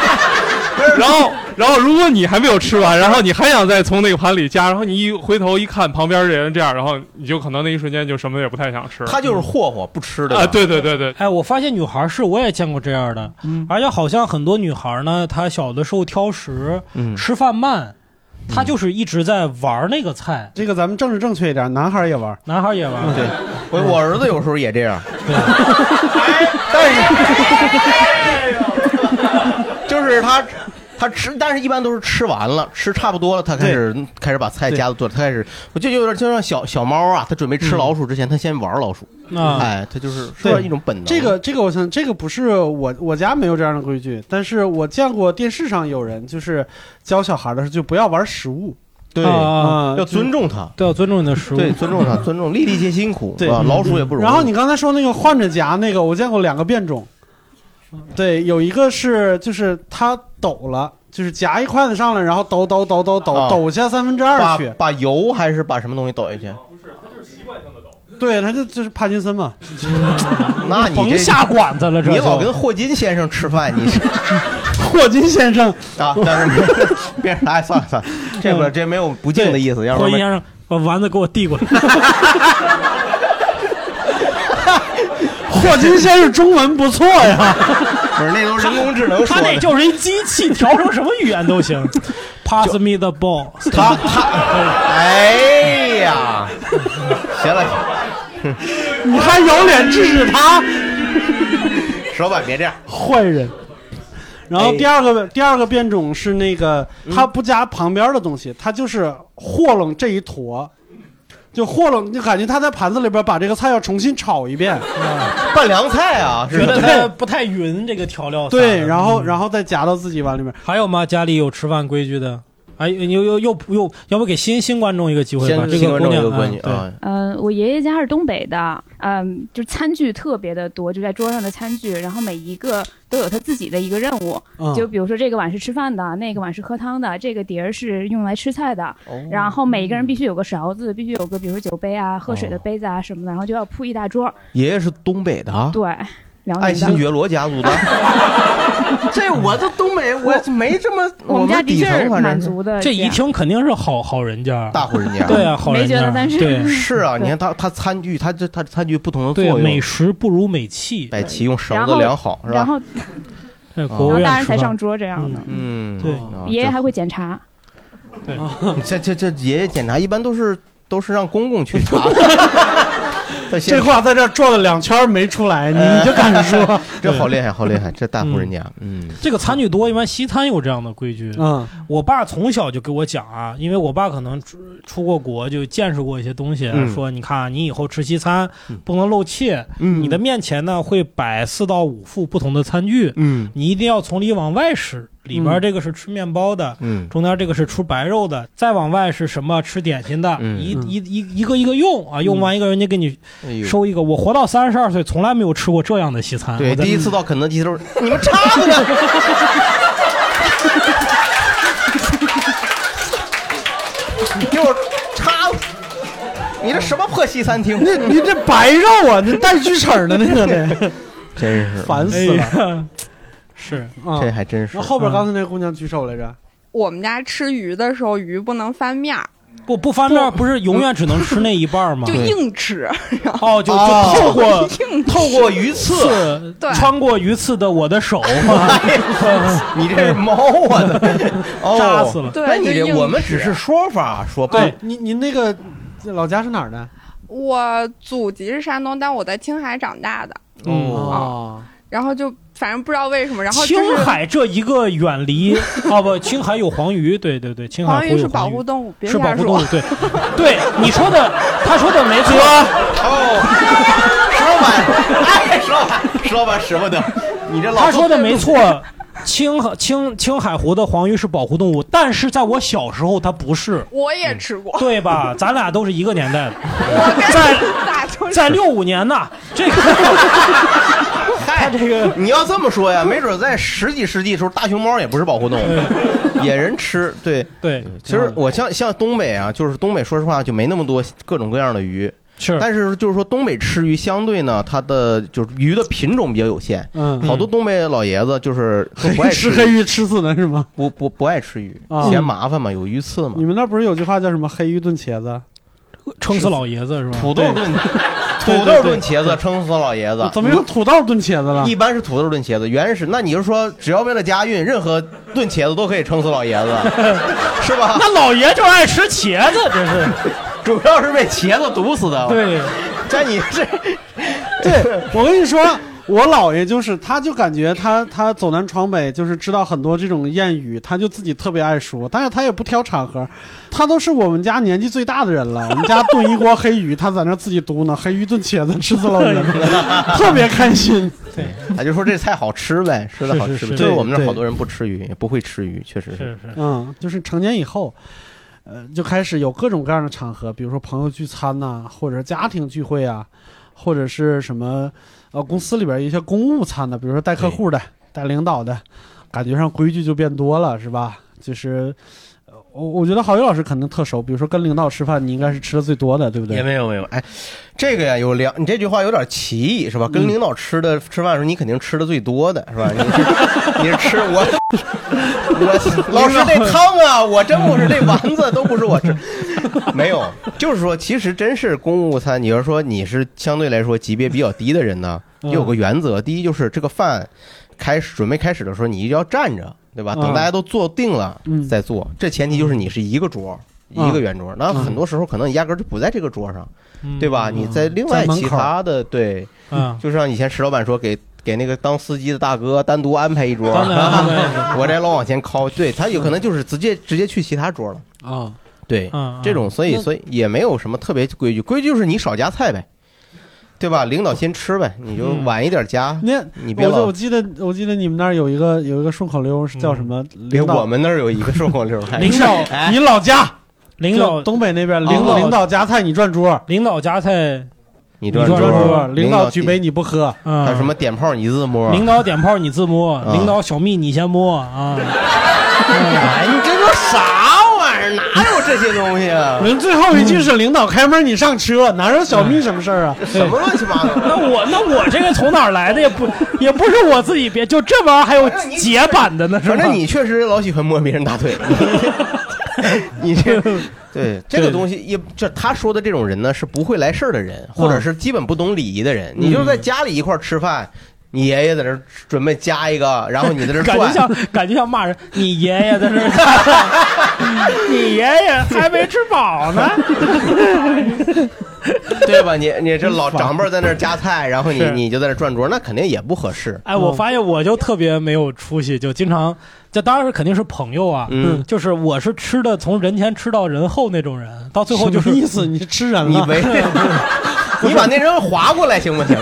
[laughs]
然后，然后如果你还没有吃完，然后你还想再从那个盘里加，然后你一回头一看旁边的人这样，然后你就可能那一瞬间就什么也不太想吃了。嗯
他就是霍霍不吃的
啊，，对对对对，
哎，我发现女孩是我也见过这样的，而且好像很多女孩呢，她小的时候挑食，
嗯
吃饭慢，她就是一直在玩那个菜，
这个咱们政治正确一点，男孩也玩。
男孩也玩。
嗯对，我我儿子有时候也这样，
对
但是就是他他吃，但是一般都是吃完了，吃差不多了，他开始开始把菜夹子做，他开始我就有点就像小小猫啊，他准备吃老鼠之前，他先玩老鼠，
嗯啊，
哎，他就是
对
说一种本能，
这个这个，我想这个不是我我家没有这样的规矩，但是我见过电视上有人就是教小孩的时候就不要玩食物
对
啊啊啊
啊，
要尊重他，
都要尊重你的食物。
对，尊重他，尊重，粒粒皆辛苦，
对嗯
啊，老鼠也不容易。
然后你刚才说那个换着夹那个，我见过两个变种，对，有一个是就是他抖了，就是夹一筷子上来，然后抖抖抖抖抖
啊
抖下三分之二
把
去，
把油还是把什么东西倒下去？
对，他就就是帕金森嘛，
那
[laughs]
你
甭
这
下馆子了，这
你
就
老跟霍金先生吃饭，
[laughs]
你是
霍金先生，
啊？但是没别人哎，算了算了，这个这没有不敬的意思，要不
嗯霍金
然
先生把丸子给我递过来。
霍金先生中文不错 [laughs] 呀，
[laughs] 不是那都是人工智能说
他那
的。
就是一机器，调成什么语言都
[laughs]
行。Pass me the ball。
他他哎呀，行了，
你还有脸制止他？
石老板别这样，
坏人。然
哎
后第二个第二个变种是那个，
嗯
它不加旁边的东西，它就是和拢这一坨，就和拢，就感觉他在盘子里边把这个菜要重新炒一遍，
[laughs] 拌凉菜
[laughs]
啊，
觉
是吧？
得
嗯
它不太匀，这个调料撒的嗯
对，然后然后再夹到自己碗里面。
还有吗？家里有吃饭规矩的？哎，又又又又，要不给新新观众一个机会吧？
先
这
新
个
观
姑
众一
娘
个关系
哎对
啊，
嗯，我爷爷家是东北的，嗯，就餐具特别的多，就在桌上的餐具，然后每一个都有他自己的一个任务，
嗯
就比如说这个碗是吃饭的，那个碗是喝汤的，这个碟儿是用来吃菜的，
哦
然后每个人必须有个勺子，必须有个比如说酒杯啊、喝
哦
水的杯子啊什么的，然后就要铺一大桌儿。
爷爷是东北的啊，
对，辽
爱
宁
新
的。
觉罗家族的。
[laughs]
这我这东北我没这么，
我们家的
底
确
层
是
反
满
正是
族的
这一
样
听肯定是好好人家，
大户人家。
对啊，好人
没觉
家
得，但是
[laughs]
对
是啊，
对
你看他他餐具，他这他餐具不同的作
对，美
用，
食不如美器，
百齐用勺
然
子
后
量好是
然
吧？啊
后
对国
然
务
后
院
大人
吃
才
饭
上桌这样的。
嗯，
对
啊
爷爷还会检查，
[laughs] 这这这爷爷检查一般都是都是让公公去查。
[laughs]
在现哎
这话在这儿转了两圈没出来，你你就敢说？
[laughs] 这好厉害，好厉害，这大户人家，嗯，
这个餐具多，一般西餐有这样的规矩。
嗯
我爸从小就给我讲啊，因为我爸可能出出过国，就见识过一些东西，
嗯
说你看啊你以后吃西餐不能露怯，
嗯
你的面前呢会摆四到五副不同的餐具，
嗯
你一定要从里往外吃，里边
嗯
这个是吃面包的。
嗯
中间这个是出白肉的，再往外是什么吃点心的，
嗯
一
嗯
一一一个一个用啊，用完一个人家给你
哎呦
收一个。我活到三十二岁，从来没有吃过这样的西餐。
对，
我在
第一次到肯德基的时候，你们叉子呢？ [laughs] 给我叉子！你这什么破西餐厅？
那你这白肉啊，那带锯齿儿的那
[laughs]
个得，
真是
烦
哎
死了
呀，是
啊！
[laughs] 这还真是嗯
然后。后边刚才那姑娘举手来着，
我们家吃鱼的时候，鱼不能翻面儿，
不不翻面，不是永远只能吃那一半吗
就？硬吃，
哦，就就
哦
透过
[laughs] 硬
透过鱼刺，
[laughs] 对
穿过鱼刺的我的手
[laughs]
嘛，
你这是猫啊！
[laughs]
哦
扎死了
对
那你
就
这
硬啊
我们只是说法说不
对你你那个老家是哪儿的？
我祖籍是山东，但我在青海长大的，
嗯。
哦，
然后就反正不知道为什啊么，然后就
青
是
海这一个远离，哦不，青海有黄鱼，对对对，青海
黄
湖有
鱼是保护
鱼
动物，别
是保
瞎
护
说
动物，。对对，你说的，他说的没错，
哦，石老板，哎，石老
[laughs]
板，石老板舍不得，你这老
他说的没错。青海青青海湖的黄鱼是保护动物，但是在我小时候它
[laughs]
不是，
我也吃过，
对
[laughs]
吧？咱俩都是一个年代的，
我跟
在
咋就
[laughs] 在六五年呢，这个
嗨，这个你要这么说呀，没准在十几世纪的时候，大熊猫也不是保护动物，野人吃。对，
对，
其实我像像东北啊，就是东北，说实话就没那么多各种各样的鱼，
是
但是就是说东北吃鱼相对呢，它的就是鱼的品种比较有限。
嗯，
好多东北老爷子就是
[laughs]
不爱吃
吃黑
鱼，
鱼吃死呢是吗？
不不不爱吃鱼
啊，
嫌麻烦嘛，有鱼刺嘛
你。们那不是有句话叫什么“黑鱼炖茄子
撑死老爷子是吧？
土豆炖 [laughs]
对
土豆炖茄子，撑死老爷”？子。
怎么有土豆炖茄子了
一？般是土豆炖茄子，原始。那你就说，只要为了家运，任何炖茄子都可以撑死老爷
[laughs]
子，是吧？
那老爷就爱吃茄子，这是
[laughs] 主要是被茄子毒死的。，
对，
[laughs] 这你
[laughs]
这
对，我跟你说，我姥爷就是，他就感觉他他走南闯北，就是知道很多这种谚语，他就自己特别爱说，但是他也不挑场合，他都是我们家年纪最大的
[laughs]
人了，我们家炖一锅黑鱼，他在那自己嘟囔，黑鱼炖茄子吃死老爷子，
[laughs]
特别开心。
他就说这菜好吃呗，吃的好吃呗。
是是是
就是我们这
对
好多人不吃鱼，也不会吃鱼，确实是。
是是，
嗯，就是成年以后，呃，就开始有各种各样的场合，比如说朋友聚餐呐、或者家庭聚会啊，或者是什么呃公司里边一些公务餐的，比如说带客户的、带领导的，感觉上规矩就变多了，是吧？就是。呃我我觉得郝宇老师肯定特熟，比如说跟领导吃饭，你应该是吃的最多的，对不
也
对？
没有没有，哎，这个呀有两，你这句话有点歧义是吧？
嗯
跟领导吃的吃饭的时候，你肯定吃的最多的是
[laughs]
吧？你是你是吃我我老师这汤啊，我真不是这丸子都不是我吃， [laughs] 没有，就是说其实真是公务餐，你要说你是相对来说级别比较低的人呢，
嗯
就有个原则，第一就是这个饭开始准备开始的时候，你一定要站着，对吧？
嗯
等大家都坐定了
嗯
再坐，这前提就是你是一个桌。
嗯
一个圆桌，那很多时候可能你压根儿就不在这个桌上，
嗯
对吧？你在另外
在门
其
口
他的，对，
嗯，
就像以前石老板说，给给那个当司机的大哥单独安排一桌，
当然当然
我这老往前靠，对他有可能就是直接直接去其他桌了。
啊，
对
嗯嗯
这种所以
那
所以也没有什么特别规矩，规矩就是你少夹菜呗，对吧？领导先吃呗，你就
嗯
晚一点夹，
那
你别
我就
老
我。记得我记得你们那儿有一个有一个顺口溜是叫什么？嗯领导
我们那儿有一个顺口溜，还
领导
哎
你老家
领导
就东北那边领导
哦
领导夹菜你转桌，
领导夹菜，
你
你
转桌
桌，领导举
点
杯，你不喝，
嗯，
还有什么啊点炮你自摸，
领导点炮你自摸，
啊
领导小蜜你先摸啊。
哎，你这都啥玩意儿？哪有这些东西
[laughs]
啊？
人最后一句是领导开门你上车，哪有小蜜什么事儿啊？
什么乱七八糟
嗯哎 [laughs] 那
的？
我那我这个从哪儿来的也不也不是我自己编，就这玩意儿还有解版的呢，是吧？
反正你确实老喜欢摸别人大
[laughs]
腿， [laughs] 你这。 [laughs] 对这个东西，也这他说的这种人呢，是不会来事儿的人，或
嗯
者是基本不懂礼仪的人。你就是在家里一块儿吃饭，你爷爷在这儿准备夹一个，然后你在这儿
[laughs] 感觉
转， [laughs]
像感觉像骂人，你爷爷在这儿， [laughs] 你爷爷还没吃饱呢。
对吧？你你这
[laughs]
老长辈在那儿夹菜，然后你你就在这儿转桌，那肯定也不合适。
哎，我发现我就特别没有出息，就经常，这当然是肯定是朋友啊，
嗯，
就是我是吃的从人前吃到人后那种人，到最后就
什
是
么意思？你啊吃
[laughs]
人
你
了？ [laughs]
围， [laughs] 你把那人划过来行不行？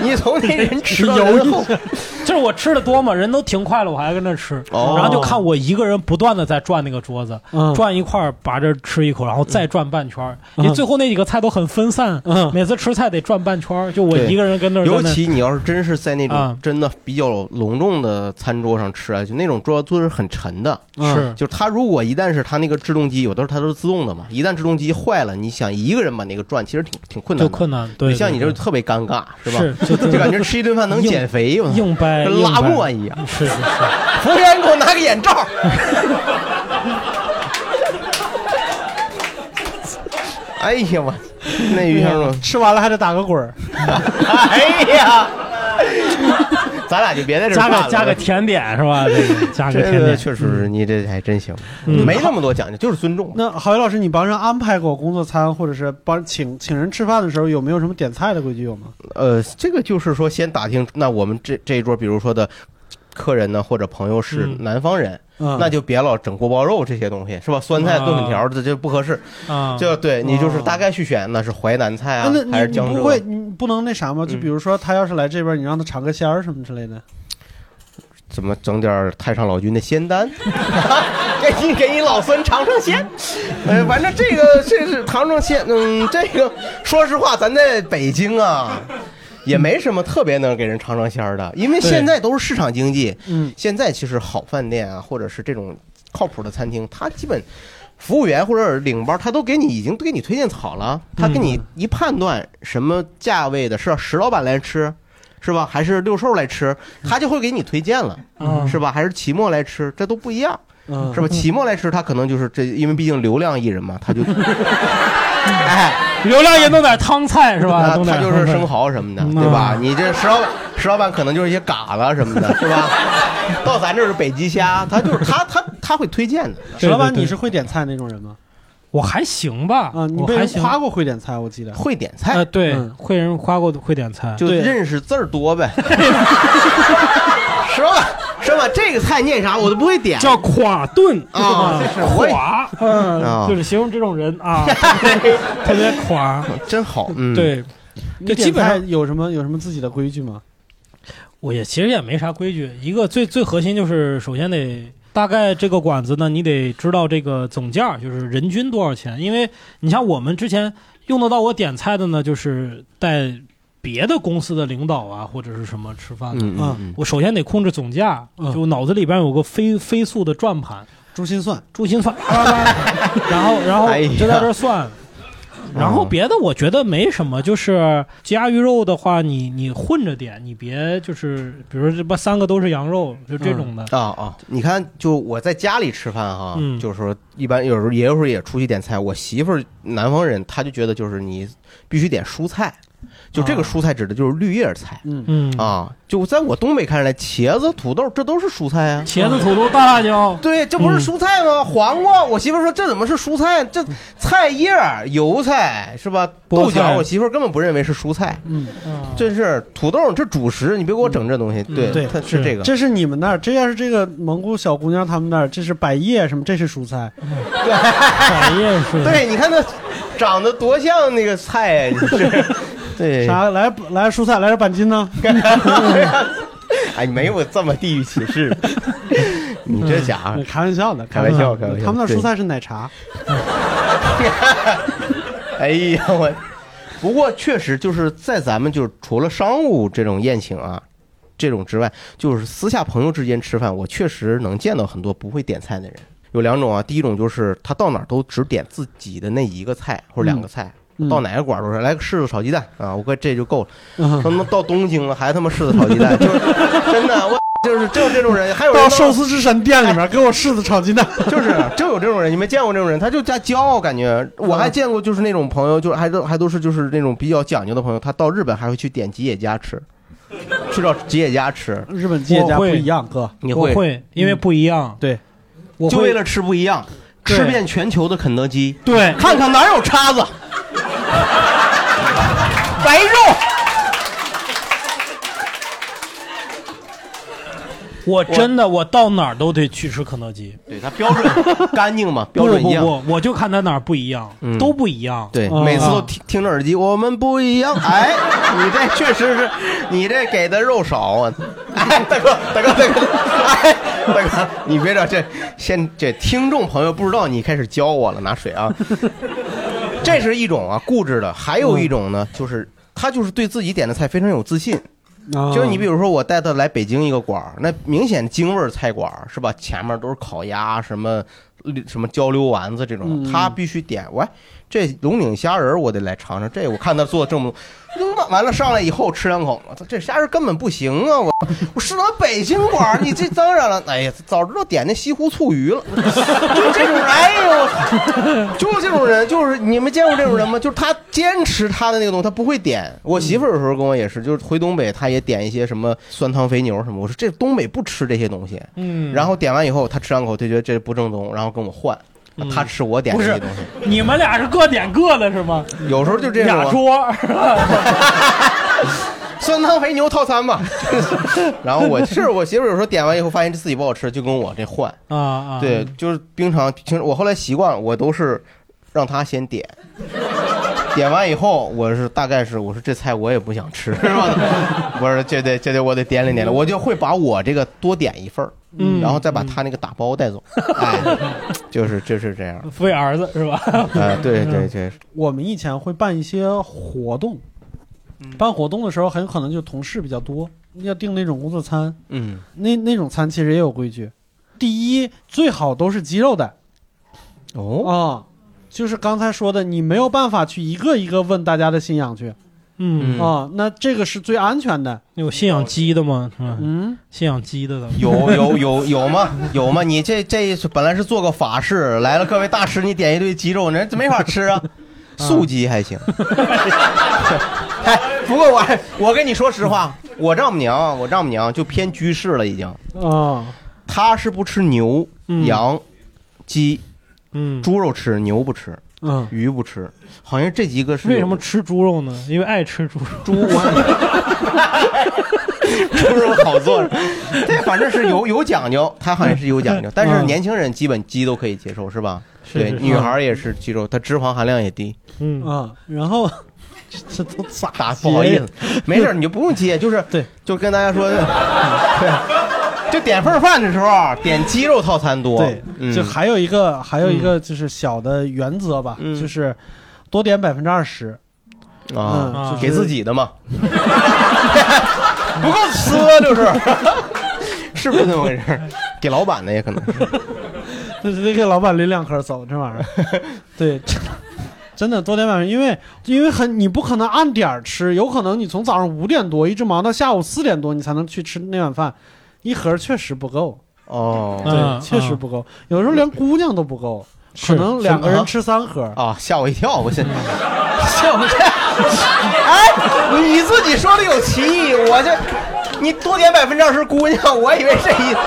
你你从那人吃到人后，
[laughs] 就是我吃的多嘛，人都停筷了，我还跟那吃，
哦
然后就看我一个人不断的在转那个桌子，
嗯
转一块儿把这吃一口，然后再转半圈儿，
嗯
因为最后那几个菜都很分散，
嗯
每次吃菜得转半圈儿，就我
对
一个人跟那儿
尤
跟那儿
其你要是真是在那
啊
种真的比较隆重的餐桌上吃啊，就那种桌子是很沉的。
是
就是它如果一旦是它那个制动机，有的时候它都是自动的嘛，一旦制动机坏了，你想一个人把那个转，其实挺挺困难
就
的。
困难，对，
你像你
对
这特别尴尬，是吧？
是
[laughs]
就
就感觉吃一顿饭能
硬
减肥，我操
硬掰
跟拉
硬掰
磨一样。
是是是。
啊服务员给我拿个眼
[laughs]
罩。哎呀我，那于先生，
吃完了还得打个滚儿，
[laughs] 哎呀， [laughs] 咱俩就别在这儿
加
干
个
了
加个甜点是吧？这
[laughs]
个加个
这
甜
个
点，
确实是你这还真行，
嗯
没那么多讲究，就是尊重。
那郝宇老师，你帮人安排过工作餐，或者是帮请请人吃饭的时候，有没有什么点菜的规矩有吗？
呃，这个就是说先打听，那我们这这一桌，比如说的客人呢，或者朋友是
嗯嗯
南方人，
嗯，
那就别老整锅包肉这些东西，是吧？酸菜炖粉条这这不合适。
啊，
就对你就是
哦
大概去选，那是淮南菜
啊
啊
那，你
还是
你
江
不
浙？
会，你不能那啥吗？就
嗯
比如说他要是来这边，你让他尝个鲜儿什么之类的。
怎么整点儿太上老君的仙丹？ [laughs] 给你给你老孙尝尝
[laughs]
鲜。呃，反正这个这是尝尝鲜，嗯，这个说实话，咱在北京
[laughs]
啊。也没什么特别能给人尝尝鲜儿的，因为现在都是市场经济。
嗯，
现在其实好饭店啊，或者是这种靠谱的餐厅，它基本服务员或者领班，他都给你已经给你推荐好了，他给
嗯
你一判断什么价位的，是要石老板来吃，是吧？还是六兽来吃，他就会给你推荐了，
嗯
是吧？还是期末来吃，这都不一样，
嗯
是吧？期末来吃，他可能就是这，因为毕竟流量艺人嘛，他就，哎，
流量也弄点汤菜是吧？
他
弄
他
点
就是生蚝什么的，对吧？
嗯
你这石老板，石老板可能就是一些嘎啦什么的，是
[laughs]
吧？到咱这儿是北极虾，他就是他他他会推荐的。
石老板，
对对对
你是会点菜那种人吗？
我还行吧，
啊，你
我
被
还
人
行。
夸过会点菜，我记得。
会点菜
呃，，对
嗯，
会人夸过会点菜，
就
对
认识字儿多呗。石老板，石老板，这个菜念啥？我都不会点。
叫垮顿
啊这 [laughs] 是我也
垮，
啊
[laughs] 嗯，就是形容这种人
[laughs]
啊，特别垮。
真好，嗯，，
对，
你
就
点
基本上
菜有什么有什么自己的规矩吗？
我也其实也没啥规矩，一个最最核心就是首先得。大概这个馆子呢，你得知道这个总价，就是人均多少钱。因为你像我们之前用得到我点菜的呢，就是带别的公司的领导啊或者是什么吃饭的。啊
嗯嗯嗯，
我首先得控制总价，
嗯
就脑子里边有个飞飞速的转盘，
珠心算，
珠心算，叭叭叭然后然后
哎呀
就在这儿算。然
嗯
后别的我觉得没什么，就是鸡鸭鱼肉的话，你你混着点，你别就是，比如说这不三个都是羊肉，就这种的。
啊啊！你看，就我在家里吃饭哈，
嗯
就是说一般有时候也有时候也出去点菜。我媳妇儿南方人，她就觉得就是你必须点蔬菜，就
啊
这个蔬菜指的就是绿叶菜
嗯，
嗯，
啊。就在我东北看来，茄子、土豆这都是蔬菜啊。
茄子、土豆、大辣椒，嗯
对，这不是蔬菜吗？黄瓜，我媳妇说这怎么是蔬菜？这菜叶儿、油菜是吧？
菠
豆
菜
角，我媳妇根本不认为是蔬菜。
嗯，
这是土豆，这主食，你别给我整这东西。对，
嗯对
它是
嗯是
这个。
这是你们那儿，这要是这个蒙古小姑娘她们那儿，这是百叶什么，这是蔬 [laughs] 菜，
百叶
[laughs]
是，
对，你看它长得多像那个菜呀！你
[laughs]
是对，
啥来来蔬菜，来点板
[laughs]
筋呢？ [laughs]
哎，没有这么地域歧视， [laughs] 你这家伙。
嗯开玩笑的，
开玩笑
的
开玩笑
他们那儿
对
蔬菜是奶茶，
[laughs] 哎呀，我不过确实就是在咱们就是除了商务这种宴请啊，这种之外，就是私下朋友之间吃饭，我确实能见到很多不会点菜的人。有两种啊，第一种就是他到哪儿都只点自己的那一个菜或者两个菜，
嗯
到哪个馆儿都是来个柿子炒鸡蛋啊，我快这就够了。 [laughs]
嗯
他妈到东京了还他妈柿子炒鸡蛋，就是 [laughs] 真的我。就是就有这种人，还有人
到寿司之神店里面给我柿子炒鸡蛋，
[laughs] 就是就有这种人，你没见过这种人，他就加骄傲，感觉我
嗯
还见过就是那种朋友，就是还都还都是就是那种比较讲究的朋友，他到日本还会去点吉野家吃，去到吉野家吃，
日本吉野家
我
不
会
一样，哥，
你
我
会嗯
会，因为不一样，
对，
我
就
会
为了吃不一样，
对
吃遍全球的肯德基，
对
看看哪有叉
[laughs]
子，白肉，
我真的我到哪儿都得去吃肯德基，
对他标
[laughs]
准干净嘛，标
不
准一
不
样。
不，我就看它哪儿不一样
嗯，
都不一样，
对，
啊
每次都听听着耳机，我们不一
[laughs]
样。哎，你这确实是，你这给的肉少啊！哎，大哥，大哥，大哥，哎，大哥，你别这这，先这听众朋友不知道你开始教我了，拿水啊。这是一种啊固执的，还有一种呢，就是他就是对自己点的菜非常有自信。
啊
就是你比如说，我带他来北京一个馆儿，那明显京味儿菜馆儿是吧？前面都是烤鸭，什么什么焦溜丸子这种，
嗯
他必须点。喂，这龙井虾仁儿我得来尝尝，这我看他做的正不正。完完了上来以后吃两口，我操，这虾仁儿根本不行啊！我我是咱北京馆儿，你这当然了，哎呀，早知道点那西湖醋鱼了。 [laughs] 就这种人，哎呦， [laughs] 我操就这种人，就是你们见过这种人吗？就是他坚持他的那个东西，他不会点。我媳妇儿有时候跟我也是，就是回东北，她也点一些什么酸汤肥牛什么。我说这东北不吃这些东西。
嗯，
然后点完以后，她吃两口就觉得这不正宗，然后跟我换。她吃我点的这些东西，
你们俩是各点各的是吗？
有时候就这种
俩
啊
桌儿，
[laughs] 酸汤肥牛套餐吧。 [laughs] 然后我是我媳妇儿有时候点完以后发现自己不好吃，就跟我这换。
啊啊，
对，就是平常平时我后来习惯了，我都是让他先点， [laughs] 点完以后我是大概是我说这菜我也不想吃， [laughs] 是吧？我说这得这得我得点两点了，我就会把我这个多点一份儿，
嗯
然后再把他那个打包
[laughs]
带走，哎，就是就是这样，
为儿子是吧？
[laughs]
嗯
哎，对对对，
我们以前会办一些活动，
嗯
办活动的时候很可能就同事比较多，要订那种工作餐，
嗯
那那种餐其实也有规矩，第一最好都是鸡肉的啊、
哦，
就是刚才说的，你没有办法去一个一个问大家的信仰去啊、啊
嗯，
嗯
那这个是最安全的。
有信仰鸡的吗？嗯，
嗯，
信仰鸡的的，
有有有有吗？有吗？你这这一本来是做个法事，来了各位大师，你点一堆鸡肉，人没法吃啊，
嗯
素鸡还
[laughs]
行。哎，不过我还我跟你说实话，我丈母娘我丈母娘就偏居士了，已经，
[laughs]
啊，
她是不吃牛、
嗯
羊、鸡、
嗯，
猪肉吃，牛不吃，
嗯，
鱼不吃，好像这几个是
为什么吃猪肉呢？因为爱吃猪肉。
猪我。猪肉好做， [laughs] 这反正是
[laughs]
有有讲究，她好像是有讲究，但是
嗯
年轻人基本鸡都可以接受，是吧？
是
对，
是是
女孩儿也是肌肉，她脂肪含量也低。
嗯，
啊，然后 [laughs] 这都咋
打不好意思，没事儿，你就不用
[laughs]
接，就是
对，
就跟大家
[laughs]
说，对，就点份儿饭的时候点鸡肉套餐多，
对，
嗯
就还有一个还有一个就是小的原则吧，
嗯
就是多点百分之二十，
啊，
嗯，
啊
就是
给自己的
[laughs]
嘛， [laughs] 不够呲，就是， [laughs] 是不是那么回事儿？给老板的也可能是，
就是得给老板拎两颗走，这玩意儿，
[laughs]
对，真的真的多点百分，因为因为很你不可能按点儿吃，有可能你从早上五点多一直忙到下午四点多，你才能去吃那碗饭，一盒确实不够，
哦
嗯
对，确实不够，有时候连姑娘都不够，可
是
能两个人吃三盒，
啊，吓我一跳，我现笑不 [laughs] 哎，你自己说的有歧义，我这你多点百分之二十姑娘，我以为这意思。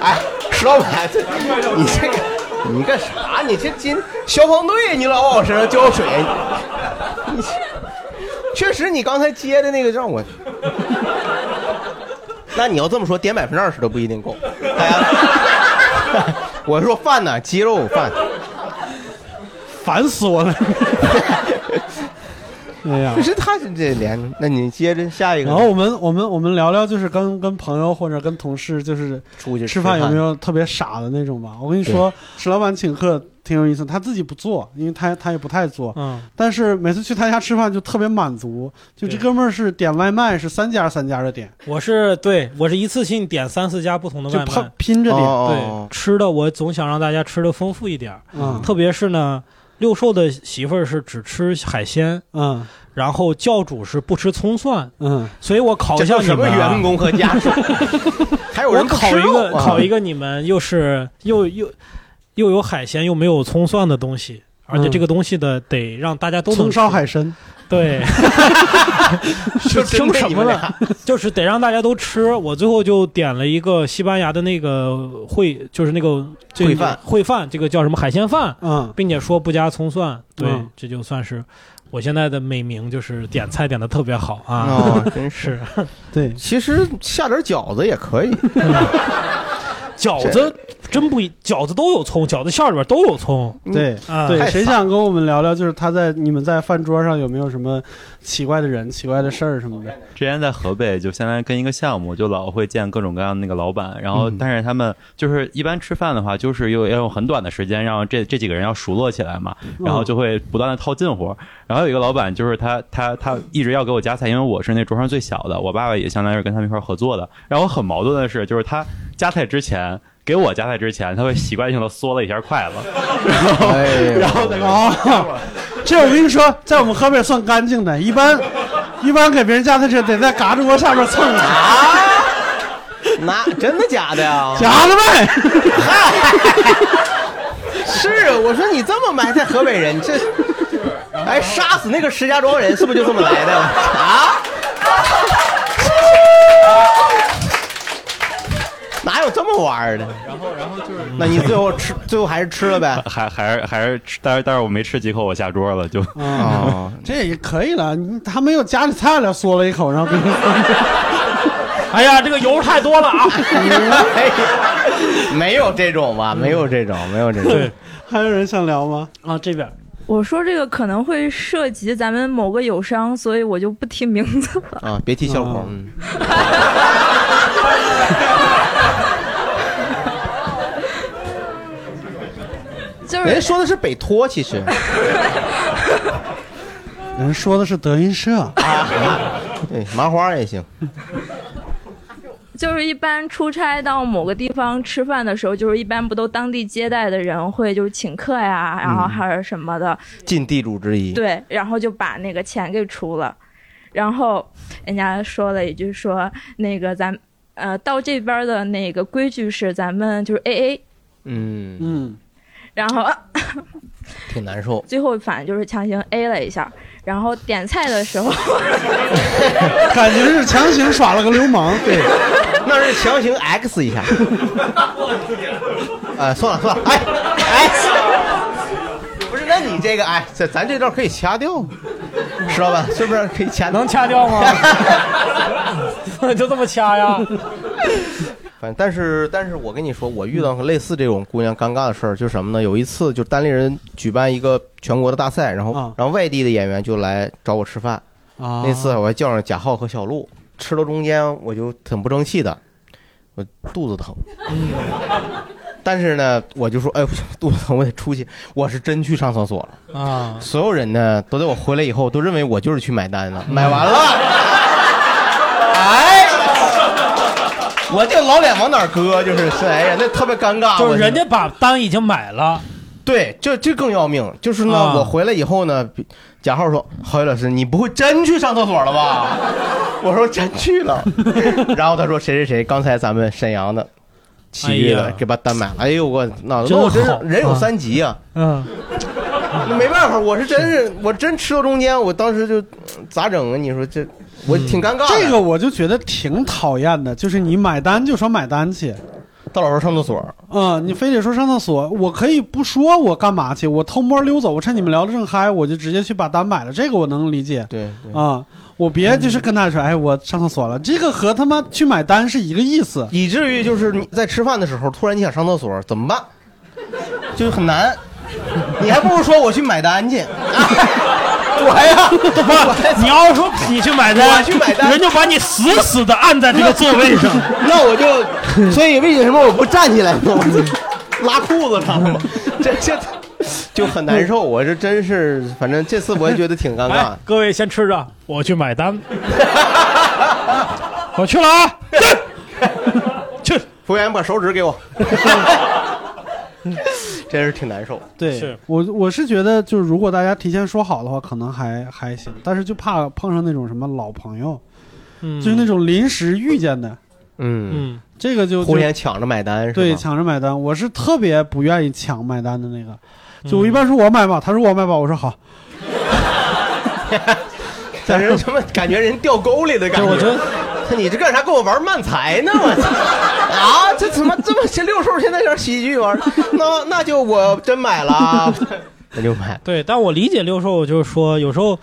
哎，石老板，这你这个你干啥？你这今消防队，你老往我身上浇水，你确实你刚才接的那个让我。那你要这么说，点百分之二十都不一定够。大家， [laughs] 我说饭呢，鸡肉饭。
烦死
[laughs]
我了！哎呀
可，是他是这连，那你接着下一个。
然后我们我们我们聊聊，就是跟跟朋友或者跟同事，就是
出去
吃饭有没有特别傻的那种吧？我跟你说，石老板请客挺有意思，他自己不做，因为他他也不太做，
嗯，
但是每次去他家吃饭就特别满足。就这
对
哥们儿是点外卖是三家三家的点，
我是对我是一次性点三四家不同的
就
外
拼
卖，
拼着点。
哦
对吃的我总想让大家吃的丰富一点儿，
嗯
特别是呢，六兽的媳妇儿是只吃海鲜，
嗯
然后教主是不吃葱蒜，
嗯，
所以我考
这
一下
叫
你
什么
们、啊
员。工和家
[laughs]
哎属？还有
我
人不
考
吃
一个，
肉啊
考一个，你们又是又又又有海鲜，又没有葱蒜的东西，而且
嗯
这个东西的得让大家都能
葱
吃
烧海
[laughs]
参，
对，
就
听什
[laughs]
么
了？
就是得让大家都吃。我最后就点了一个西班牙的那个烩，就是那个这个
烩饭
烩饭这个叫什么海鲜饭，
嗯，
并且说不加葱蒜。对，
嗯
这就算是我现在的美名，就是点菜点的特别好啊。 [laughs]
哦，真是。
是
对，
其实下点饺子也可
[laughs]
以，
饺子真不一，饺子都有葱，饺子馅儿里边都有葱
嗯
对。
啊。
对，
太
谁
烦
想跟我们聊聊？就是他在你们在饭桌上有没有什么奇怪的人、奇怪的事儿什么的？
之前在河北，就相当于跟一个项目，就老会见各种各样的那个老板，然后
嗯
但是他们就是一般吃饭的话，就是又要用很短的时间让这这几个人要熟络起来嘛，然后就会不断的套近乎。然后有一个老板就是他他他一直要给我夹菜，因为我是那桌上最小的，我爸爸也相当于是跟他们一块儿合作的。然后很矛盾的是，就是他夹菜之前。给我夹菜之前，他会习惯性的缩了一下筷子， [laughs]
哎呦
然后再给我。
哦，这我跟你说，在我们河北算干净的，一般一般给别人夹菜时得在嘎吱窝下面蹭啊着，
拿真的假的呀？
夹着呗。
[laughs] 是，我说你这么埋汰河北人，这哎杀死那个石家庄人是不是就这么来的 [laughs] 啊？哪有这么玩儿的？然后，然后嗯就是，那你最后吃，最后还是吃了呗
[laughs] 还还是还是吃，但是但是我没吃几口，我下桌了就。
哦，
这也可以了，你他没有夹着菜了，嗦了一口，然后给你
哎呀，这个油太多了啊！
没有这种吧？没有这种，没有这种。
[laughs] 还有人想聊吗？
啊，这边
我说这个可能会涉及咱们某个友商，所以我就不提名字了。 [laughs]
啊，别提小
哦
孔。嗯
就
人家
是
说的是北托，其实
[laughs] 人说的是德云社，
啊 [laughs] 对麻花也行。
就是一般出差到某个地方吃饭的时候，就是一般不都当地接待的人会就是请客呀，然后还是什么的，
尽地主之谊。
对，然后就把那个钱给出了，然后人家说了一句说那个咱呃到这边的那个规矩是咱们就是 A A，
嗯，
嗯，
然后啊
挺难受。
最后反正就是强行 A 了一下，然后点菜的时候。
[laughs] 感觉是强行耍了个流氓。
[laughs] 对，那是强行 X 一下。哎，算了算了，哎哎，不是，那你这个哎，这咱这段可以掐掉，石老板是不是可以掐？
能掐掉吗？ [laughs] 就这么掐呀？
反正，但是但是我跟你说，我遇到过类似这种姑娘尴尬的事儿，就是什么呢？有一次就单立人举办一个全国的大赛，然后、
啊
然后外地的演员就来找我吃饭，
啊
那次我还叫上贾浩和小鹿，吃到中间我就挺不争气的，我肚子疼。但是呢，我就说，哎，肚子疼，我得出去。我是真去上厕所了。
啊，
所有人呢，都在我回来以后都认为我就是去买单了，买完了，哎，我这老脸往哪儿搁？就是是，哎呀，那特别尴尬。
就是
我
人家把单已经买了，
对，这这更要命。就是呢，
啊
我回来以后呢，贾浩说：“郝宇老师，你不会真去上厕所了吧？” [laughs] 我说：“真去了。” [laughs] 然后他说：“谁谁谁，刚才咱们沈阳的。”其余
哎
的
呀
给把单买了，哎呦我脑子，
真
我真是
好
人有
啊
三急啊！
嗯，
没办法，我是真是我真吃到中间，我当时就咋整啊？你说这我挺尴尬的。
这个我就觉得挺讨厌的，就是你买单就说买单去，
到老头上厕所。
嗯，你非得说上厕所，我可以不说我干嘛去，我偷摸溜走，我趁你们聊得正嗨，我就直接去把单买了，这个我能理解。
对
啊、我别就是跟他说，哎，我上厕所了，这个和他妈去买单是一个意思。
以至于就是你在吃饭的时候，突然你想上厕所，怎么办？就很难。你还不如说我去买单去。我呀，
你要说你去买单，
我去买单
人就把你死死的按在这个座位上。
[laughs] 那我就，所以为什么我不站起来呢？我就拉裤子上了吗？这这就很难受。我这真是，反正这次我也觉得挺尴尬
哎。各位先吃着，我去买单。我去了
[laughs]
啊！去，
服务员把手指给我，真是挺难受。
对，我我是觉得，就是如果大家提前说好的话，可能还还行，但是就怕碰上那种什么老朋友，
嗯
就是那种临时遇见的，
嗯，
嗯，
这个就
互相抢着买单是吧？
对，抢着买单，我是特别不愿意抢买单的那个，就我
嗯
一般说我买吧，他说我买吧，我说好，
但是什么感觉人掉沟里的感觉？
对我觉得
你这干啥跟我玩慢才呢？我
[laughs]
操！啊，这怎么这么这六兽现在有点喜剧玩？那那就我真买了
[laughs]
啊，那就买。
对，但我理解六兽就是说，有时候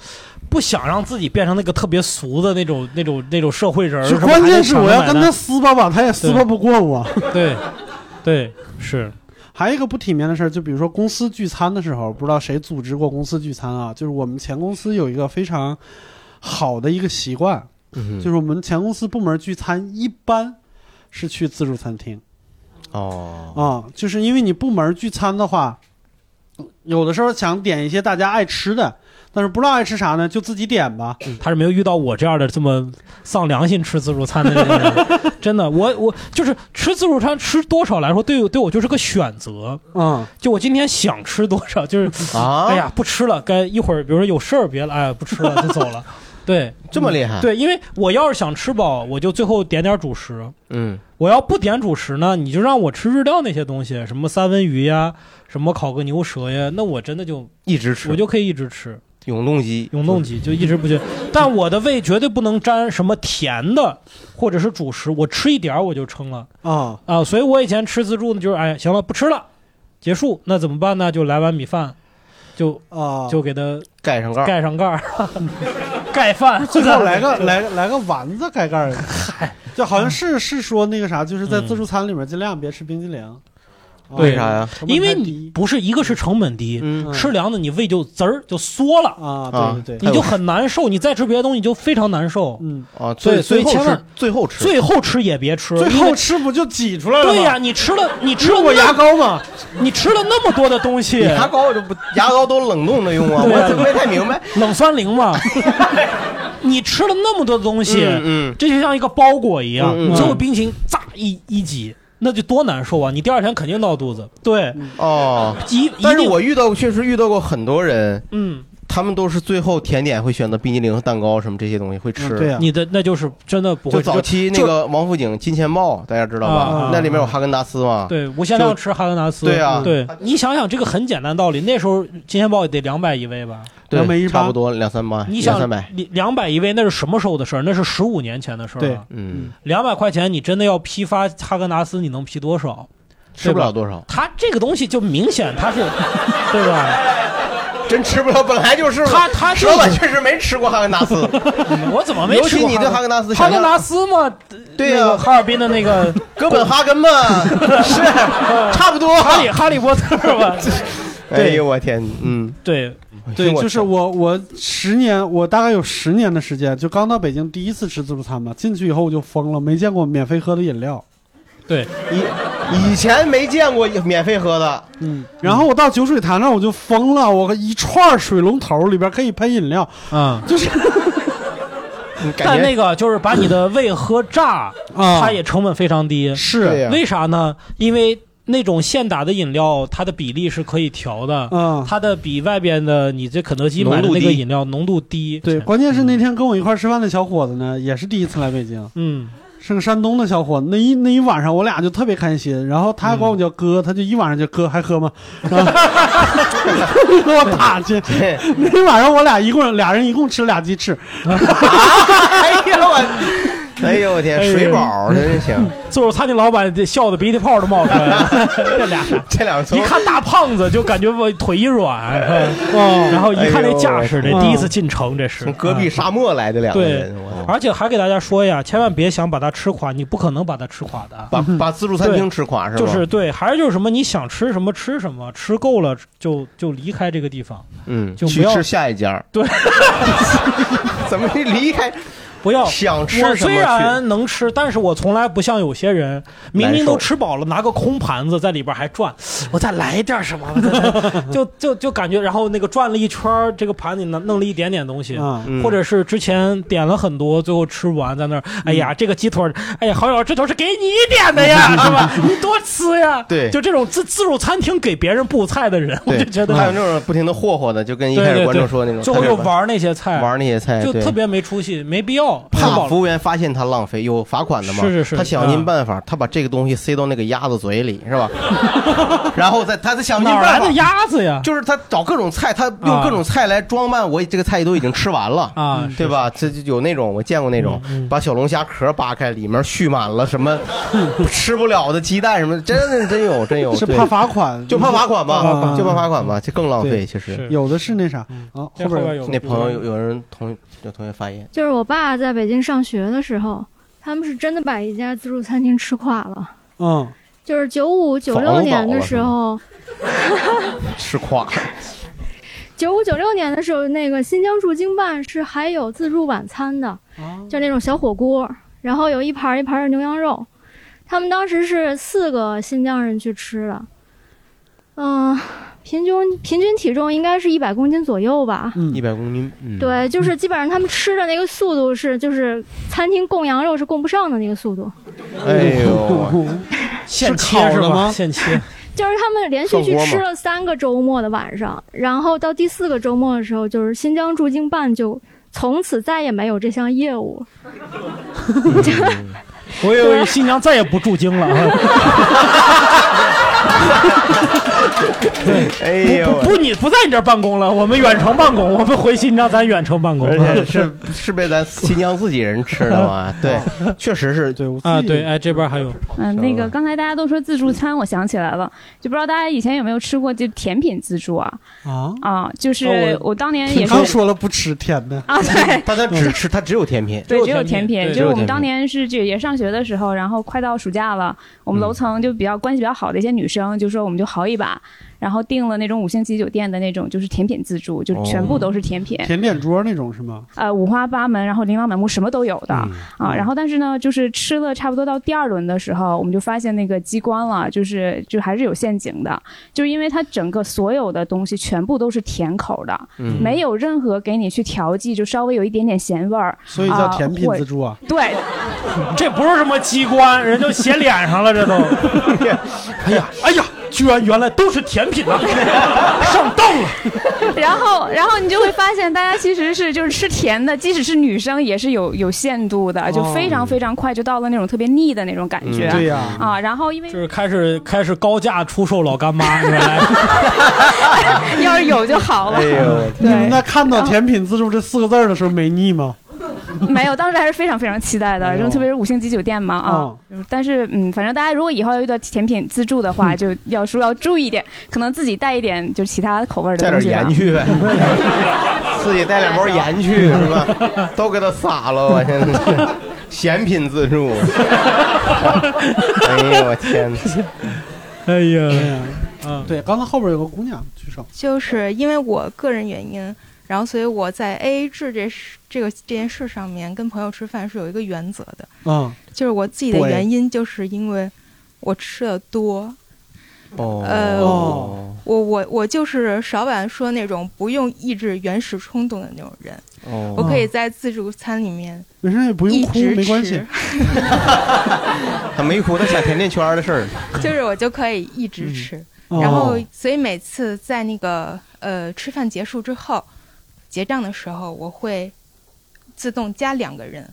不想让自己变成那个特别俗的那种、那种、那种社会人儿。
就是
吧
关键是我要
还
跟
得抢着
他撕巴吧，他也撕巴不过
[laughs]
我。
买单对，对，是，
还有一个不体面的事儿，就比如说公司聚餐的时候，不知道谁组织过公司聚餐啊？就是我们前公司有一个非常好的一个习惯，
嗯
就是我们前公司部门聚餐一般是去自助餐厅
哦，
啊、就是因为你部门聚餐的话，有的时候想点一些大家爱吃的，但是不知道爱吃啥呢，就自己点吧。
嗯他是没有遇到我这样的这么丧良心吃自助餐
[laughs]
的人。真的，我我就是吃自助餐吃多少来说，对我对我就是个选择。
嗯，
就我今天想吃多少，就是
啊
哎呀，不吃了，该一会儿，比如说有事儿，别了，哎，不吃了就走了。对，
这么厉害
对，因为我要是想吃饱，我就最后点点主食。
[laughs] 嗯，
我要不点主食呢，你就让我吃日料那些东西，什么三文鱼呀，什么烤个牛舌呀，那我真的就
一直吃，
我就可以一直吃。
永动机，
永动机就一直
[laughs]
不去，但我的胃绝对不能沾什么甜的或者是主食，我吃一点儿我就撑了
啊、
啊、所以我以前吃自助呢，就是哎，行了，不吃了，结束，那怎么办呢？就来碗米饭，就
啊，
就给它
盖上盖儿。
盖上盖儿， [laughs] 盖饭，
[laughs] 最后来
[laughs]
个来来个丸子盖盖儿的，就好像是是说那个啥，就是在自助餐里面尽量别吃冰激凌。啊
为啥呀？
成本
因为
太
你
低
不是一个是成本低，
嗯
吃凉的你胃就滋儿就缩了，
啊，
啊
对对对，
你就很难受，你再吃别的东西你就非常难受。
嗯，
啊，最
对所以
最后
千
吃
万，
最后吃，
最后吃也别吃，
最
因为
后吃不就挤出来了吗？
对呀、你吃了你吃
用
了
过
那
牙膏吗？
你吃了那么多的东西，
牙膏我就不，牙膏都冷冻的用啊，
对啊
我就没太明白。
冷酸
[laughs]
灵嘛，你吃了那么多东西，
嗯嗯
这就像一个包裹一样，
嗯嗯嗯
你最后冰淇淋炸一一挤，那就多难受啊！你第二天肯定闹肚子。对，
哦，
一
但是
一定
我遇到确实遇到过很多人，
嗯，
他们都是最后甜点会选择冰激凌和蛋糕什么这些东西会吃。
嗯对呀，
你的那就是真的不
就
会
早期那个王府井金钱豹，大家知道吧？
啊
那里面有哈根达斯嘛？
对无限量吃哈根达斯。
啊对啊
对你想想这个很简单道理，那时候金钱豹也得两百一位吧？
对，
两百一十八
差不多两三百，
你
两
想
三百。
两百一位那是什么时候的事儿？那是十五年前的事儿
对
了。
嗯，
两百块钱你真的要批发哈根达斯，你能批多少？
吃不了多少，
它这个东西就明显它是，对吧？
[laughs] 真吃不了，本来就是嘛。
它它就
石老板确实没吃过哈根达
[laughs]
斯，
我怎么没
尤
吃
其
过
你对哈根达斯
哈
想象，
根达斯嘛？
对
那
呀
个哈尔滨的那个
[laughs]
嗯
哥本哈
[laughs]
根嘛，是差不多。
哈利哈利波特
[laughs]
吧？
哎呦我天，嗯，
对，
对，
我
就是我我十年，我大概有十年的时间，就刚到北京第一次吃自助餐嘛，进去以后我就疯了，没见过免费喝的饮料。
以以前没见过免费喝的，
嗯，然后我到酒水坛那儿我就疯了，我一串水龙头里边可以喷饮料，
嗯，
就是
嗯感
但
觉
那个就是把你的胃喝炸，
啊
它也成本非常低。
对
是
呀
为啥呢？因为那种现打的饮料，它的比例是可以调的，
啊，
它的比外边的你这肯德基买
嗯
的
浓度
那
低
个饮料浓度低。
对，关键是那天跟我一块儿吃饭的小伙子呢，也是第一次来北京，
嗯，
是个山东的小伙子，那一那一晚上我俩就特别开心，然后他还管我叫
嗯
哥，他就一晚上就哥还喝
[laughs]
吗？然后给我打去，那天晚上我俩一共俩人一共吃了俩鸡翅，
啊
哎呀我，哎呦我天，水
哎
饱真是
[laughs]
行。
自助餐厅老板得笑的鼻涕泡都冒出
[laughs]
来了，这俩
这俩哎
一看大胖子就感觉我腿一软，然后一看这架势，这第一次进城这是
从戈壁沙漠来的两个
对
人，我，
而且还给大家说呀，千万别想把它吃垮，你不可能把它吃垮的。
把把自助餐厅吃垮是吧？
就是对，还是就是什么你想吃什么吃什么，吃够了就就离开这个地方。
嗯，
就不
去
要
吃下一家。
对，
怎么离开？
不要
想吃
我
什么
虽
去
然能吃，但是我从来不像有些人，明明都吃饱了，拿个空盘子在里边还
[laughs]
转，我再来点什么，我 [laughs] 再来就就就感觉，然后那个转了一圈儿，这个盘里弄弄了一点点东西
嗯，
或者是之前点了很多，最后吃不完，在那儿，哎呀，
嗯
这个鸡腿儿，哎呀，好友这都是给你点的
[laughs]
呀，是吧？你多吃呀。
对
就这种自自助餐厅给别人布菜的人，我
[laughs] 对
就觉得
还有那种不停的霍霍的，就跟一
对
开
对
始观众
对
说那种，
最后又玩那些菜，
玩那些菜，哎
就
对
特别没出息，没必要。吃饱
怕
了
[laughs] 服务员发现他浪费，有罚款的嘛。
是是嗯是
他想尽办法，他把这个东西塞到那个鸭子嘴里，是
[laughs]
吧？然后再他再想尽
哪儿
办
来
法
的。鸭子呀？
就是他找各种菜，他用
啊
各种菜来装扮我这个菜都已经吃完了
啊是嗯
对吧？这就有那种我见过那种把小龙虾壳扒开，里面蓄满了什
[laughs]
么吃不了的鸡蛋什么，真的真有真有，
是
对
怕罚款，
就怕罚款吧
啊，
就怕罚款吧，这更浪费
对
其实。
有的是那啥啊，
嗯这后边有
那朋友有有人同有同学发
[laughs]
言，
就是我爸在北京上学的时候，他们是真的把一家自助餐厅吃垮了。
嗯，
就是九五九
房
六
子
年
倒
的
了是
时候，
吃垮。
九五九六年的时候，那个新疆驻京办是还有自助晚餐的，就那种小火锅，然后有一盘儿一盘儿的牛羊肉。他们当时是四个新疆人去吃的，嗯，平均平均体重应该是一百公斤左右吧。
一百公斤，嗯，
对，就是基本上他们吃的那个速度是，就是餐厅供羊肉是供不上的那个速度，
哎呦，
[laughs] 现
是烤
切是
了
吧？
吗
现切。
就是他们连续去吃了三个周末的晚上，然后到第四个周末的时候，就是新疆驻京办就从此再也没有这项业务。
[laughs] 我以为新疆再也不驻 [laughs] 京了啊！
哎
不
呦，
不不，你不在你这儿办公了， [laughs] 我们远程办公，我们回新疆咱远程
哦
办公。
而且是是被咱新疆自己人吃的嘛？
哦
对，确实是对
[laughs] 啊，对，哎，这边还有
嗯，那
啊
个刚才大家都说自助餐，我想起来了，就不知道大家以前有没有吃过就甜品自助啊？
啊
啊，就是
哦
我当年也是
刚说了不吃甜的嗯
啊对
[laughs] 但他只吃，他只有甜品，
对，只有甜品。就是我们当
只有甜品
年是这也上学的时候，然后快到暑假了，我们楼层就比较关系比较好的一些女生，就说我们就豪一把，然后订了那种五星级酒店的那种，就是甜品自助，就全部都是甜品。
甜点桌那种是
[laughs]
吗？
呃，五花八门，然后琳琅满目，什么都有的、
嗯
啊。然后，但是呢，就是吃了差不多到第二轮的时候，我们就发现那个机关了，就是就还是有陷阱的，就是因为它整个所有的东西全部都是甜口的，
嗯
没有任何给你去调剂，就稍微有一点点咸味儿，
所以叫
啊
甜品
或
自助啊。
对， [laughs]
这不是什么机关，人都写脸上了， [laughs] 这都。哎呀，哎呀，居然原来都是甜品 [laughs] 啊！上当了。
然后，然后你就会发现，大家其实是就是吃甜的，即使是女生也是有有限度的，就非
哦
常非常快就到了那种特别腻的那种感觉。
嗯对呀
啊，然后因为 [laughs]
就是开始开始高价出售老干妈，原来
要是有就好
哎
了。
嗯
你们在看到“甜品自助”这四个字儿的时候没腻吗？
[laughs] 没有，当时还是非常非常期待
哎
的，因为特别是五星级酒店嘛啊。但是嗯，反正大家如果以后要遇到甜品自助的
嗯
话，就要说要注意一点，可能自己带一点就其他口味儿的
带
东
点
西吧
盐去呗， [laughs] 自己带两包盐去是吧？都给他撒了，我天，
[laughs]
咸品自助。哎呦我天哪！
哎呀，
嗯
嗯
对，刚才后边有个姑娘举手，
就是因为我个人原因，然后所以我在 AA 制这事这个这件事上面跟朋友吃饭是有一个原则的，
嗯，
就是我自己的
对
原因，就是因为我吃的多，呃，
哦，
我我我就是少晚说那种不用抑制原始冲动的那种人，
哦
我可以在自助餐里面
没事也不用
一
哭，
直
没关系
吃，，
[laughs] 他没哭，他想甜甜圈的事儿。
就是我就可以一直吃，
嗯
然后
哦
所以每次在那个呃吃饭结束之后，结账的时候我会自动加两个人，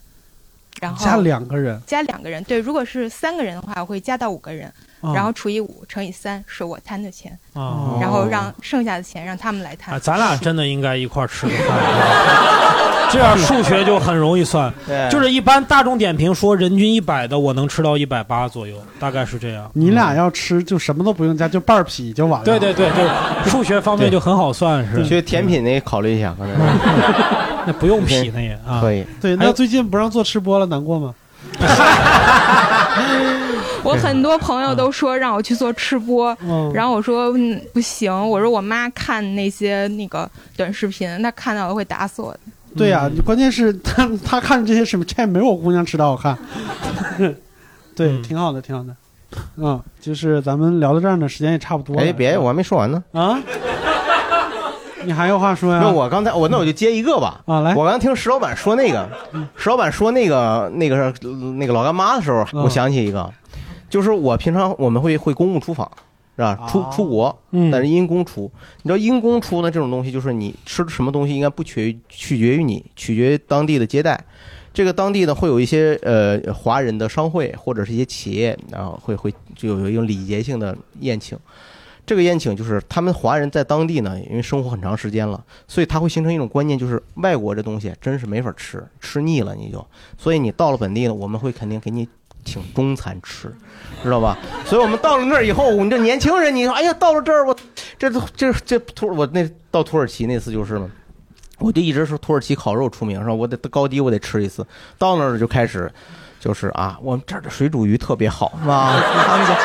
然后
加两个人，
[laughs] 加两个人，对，如果是三个人的话，我会加到五个人，
哦
然后除以五乘以三是我摊的钱，
哦
然后让剩下的钱让他们来摊。
[laughs] 啊，咱俩真的应该一块儿吃个饭， [laughs] 这样数学就很容易算
对。
就是一般大众点评说人均一百的，我能吃到一百八左右，大概是这样。
[laughs] 你俩要吃就什么都不用加，就半儿劈就完了。
对对对，就数学方面就很好算，是。
去甜品那考虑一下，可能
那不用劈那也啊，
可以。
嗯对，
还有
那最近不让做吃播了，难过吗？
[laughs] 我很多朋友都说让我去做吃播，
嗯
然后我说、嗯、不行，我说我妈看那些那个短视频，她看到了会打死我的。
对呀、
嗯
关键是 [laughs] 他他看这些什么，这也没我姑娘吃的好看。 [laughs] 对，挺好的，挺好的。嗯，就是咱们聊到这儿呢，时间也差不多了。
哎，别，我还没说完呢。
啊，你还有话说呀？
那我刚才我那我就接一个吧。
啊，来，
我刚听石老板说那个，石老板说那个那个是那个老干妈的时候，
嗯
我想起一个，就是我平常我们会会公共厨房。是吧？
啊
出出国，
嗯
但是因公出。你知道因公出呢这种东西，就是你吃什么东西应该不取决于取决于你，取决于当地的接待。这个当地呢会有一些呃华人的商会或者是一些企业，然后会会就有一种礼节性的宴请。这个宴请就是他们华人在当地呢，因为生活很长时间了，所以他会形成一种观念，就是外国这东西真是没法吃，吃腻了你就。所以你到了本地呢，我们会肯定给你请中餐吃，知道吧？所以我们到了那儿以后，你这年轻人，你说哎呀，到了这儿我这都这这土我那到土耳其那次就是嘛。我就一直说土耳其烤肉出名是吧？我得高低我得吃一次，到那儿就开始，就是啊，我们这儿的水煮鱼特别好是吧？ [laughs] 他们家，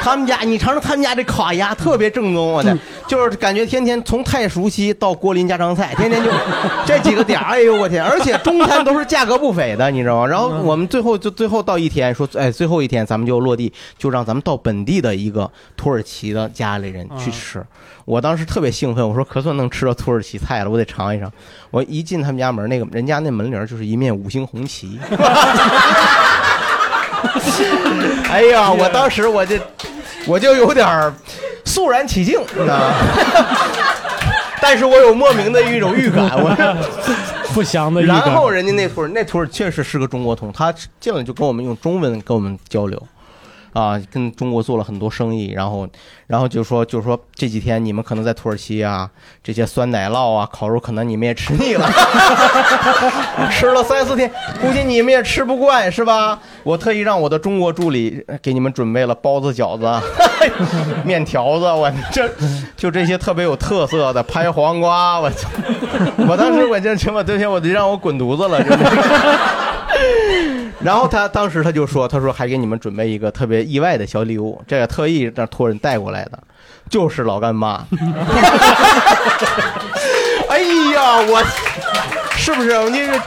他们家，你尝尝他们家这烤鸭特别正宗，我的，就是感觉天天从太熟悉到锅林家常菜，天天就 [laughs] 这几个点儿，哎呦我天！而且中餐都是价格不菲的，你知道吗？然后我们最后就最后到一天说，哎，最后一天咱们就落地，就让咱们到本地的一个土耳其的家里人去吃。我当时特别兴奋，我说可算能吃到土耳其菜了，我得尝一尝。我一进他们家门，那个人家那门铃儿就是一面五星红旗。哎呀，我当时我这我就有点儿肃然起敬啊， [laughs] 但是我有莫名的一种预感，我
不祥的预感
然后人家那会儿那会儿确实是个中国通，他进来就跟我们用中文跟我们交流。啊，跟中国做了很多生意，然后，然后就说，就说这几天你们可能在土耳其啊，这些酸奶酪啊、烤肉，可能你们也吃腻了， [laughs] 吃了三四天，估计你们也吃不惯，是吧？我特意让我的中国助理给你们准备了包子、饺子、 [laughs] 面条子，我这就这些特别有特色的，拍黄瓜，我 [laughs] 操我当时我这什么，对不起，我得让我滚犊子了，真的。 [laughs] 然后他当时他就说，他说还给你们准备一个特别意外的小礼物，这个特意让托人带过来的，就是老干妈。 [laughs] 哎呀，我是不是我那个？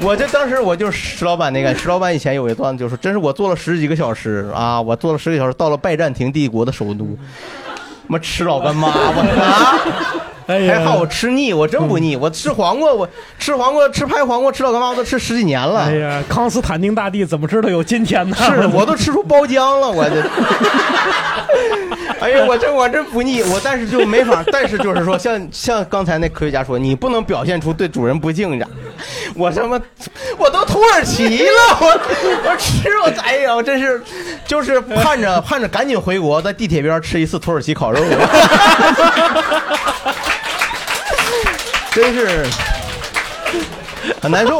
我这当时我就是石老板那个，石老板以前有一段就是，真是我坐了十几个小时啊，我坐了十个小时到了拜占庭帝国的首都，妈吃老干妈，我啊！
哎
还好我吃腻，我真不
嗯
腻。我吃黄瓜，我吃黄瓜，吃拍黄瓜，吃老干妈，我都吃十几年了。
哎呀，康斯坦丁大帝怎么知道有今天呢？
是我都吃出包浆了，我这。 [laughs] 哎呀，我这我真不腻，我但是就没法，但是就是说，像像刚才那科学家说，你不能表现出对主人不敬呀。我他妈，我都土耳其了，我我吃我哎呀，我真是就是盼着盼着赶紧回国，在地铁边吃一次土耳其烤肉。 [laughs] 真是很难受，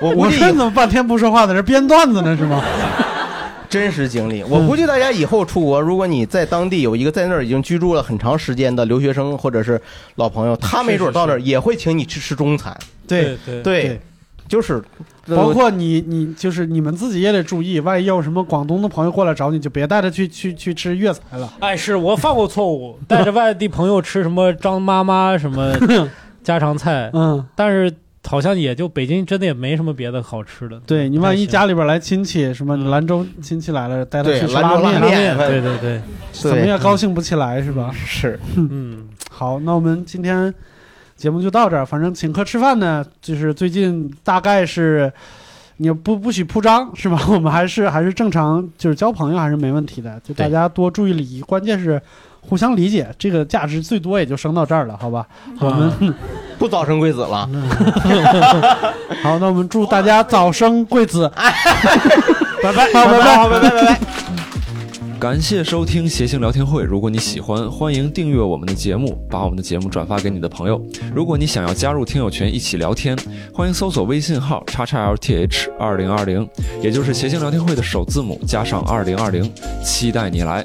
我
我
估计
看怎么半天不说话，在这编段子呢是吗？
真实经历。我估计大家以后出国，如果你在当地有一个在那儿已经居住了很长时间的留学生或者是老朋友，他没准到那儿也会请你去吃中餐。
对
对
对
对，就是
包括你，你就是你们自己也得注意，万一有什么广东的朋友过来找你，就别带他去去去吃粤菜了。
哎，是我犯过错误，带着外地朋友吃什么张妈妈什
[laughs]
么 [laughs] 家常菜，
嗯，
但是好像也就北京真的也没什么别的好吃的。
对你万一家里边来亲戚，什么兰州亲戚来了，带他
对
去吃
兰州
面，
拉面嗯对对对
怎么也高兴不起来是吧？
是，
嗯，好，那我们今天节目就到这儿。反正请客吃饭呢，就是最近大概是。你不不许铺张是吧？ [laughs] 我们还是还是正常，就是交朋友还是没问题的。就大家多注意礼仪，关键是互相理解，这个价值最多也就升到这儿了，好吧？
嗯
我们
不早生贵子
[laughs]
了，
好，那我们祝大家早生贵子，拜拜，好，拜
哎拜，拜拜，拜拜。
感谢收听谐星聊天会。如果你喜欢，欢迎订阅我们的节目，把我们的节目转发给你的朋友。如果你想要加入听友群一起聊天，欢迎搜索微信号叉叉 LTH 二零二零，也就是谐星聊天会的首字母加上二零二零，期待你来。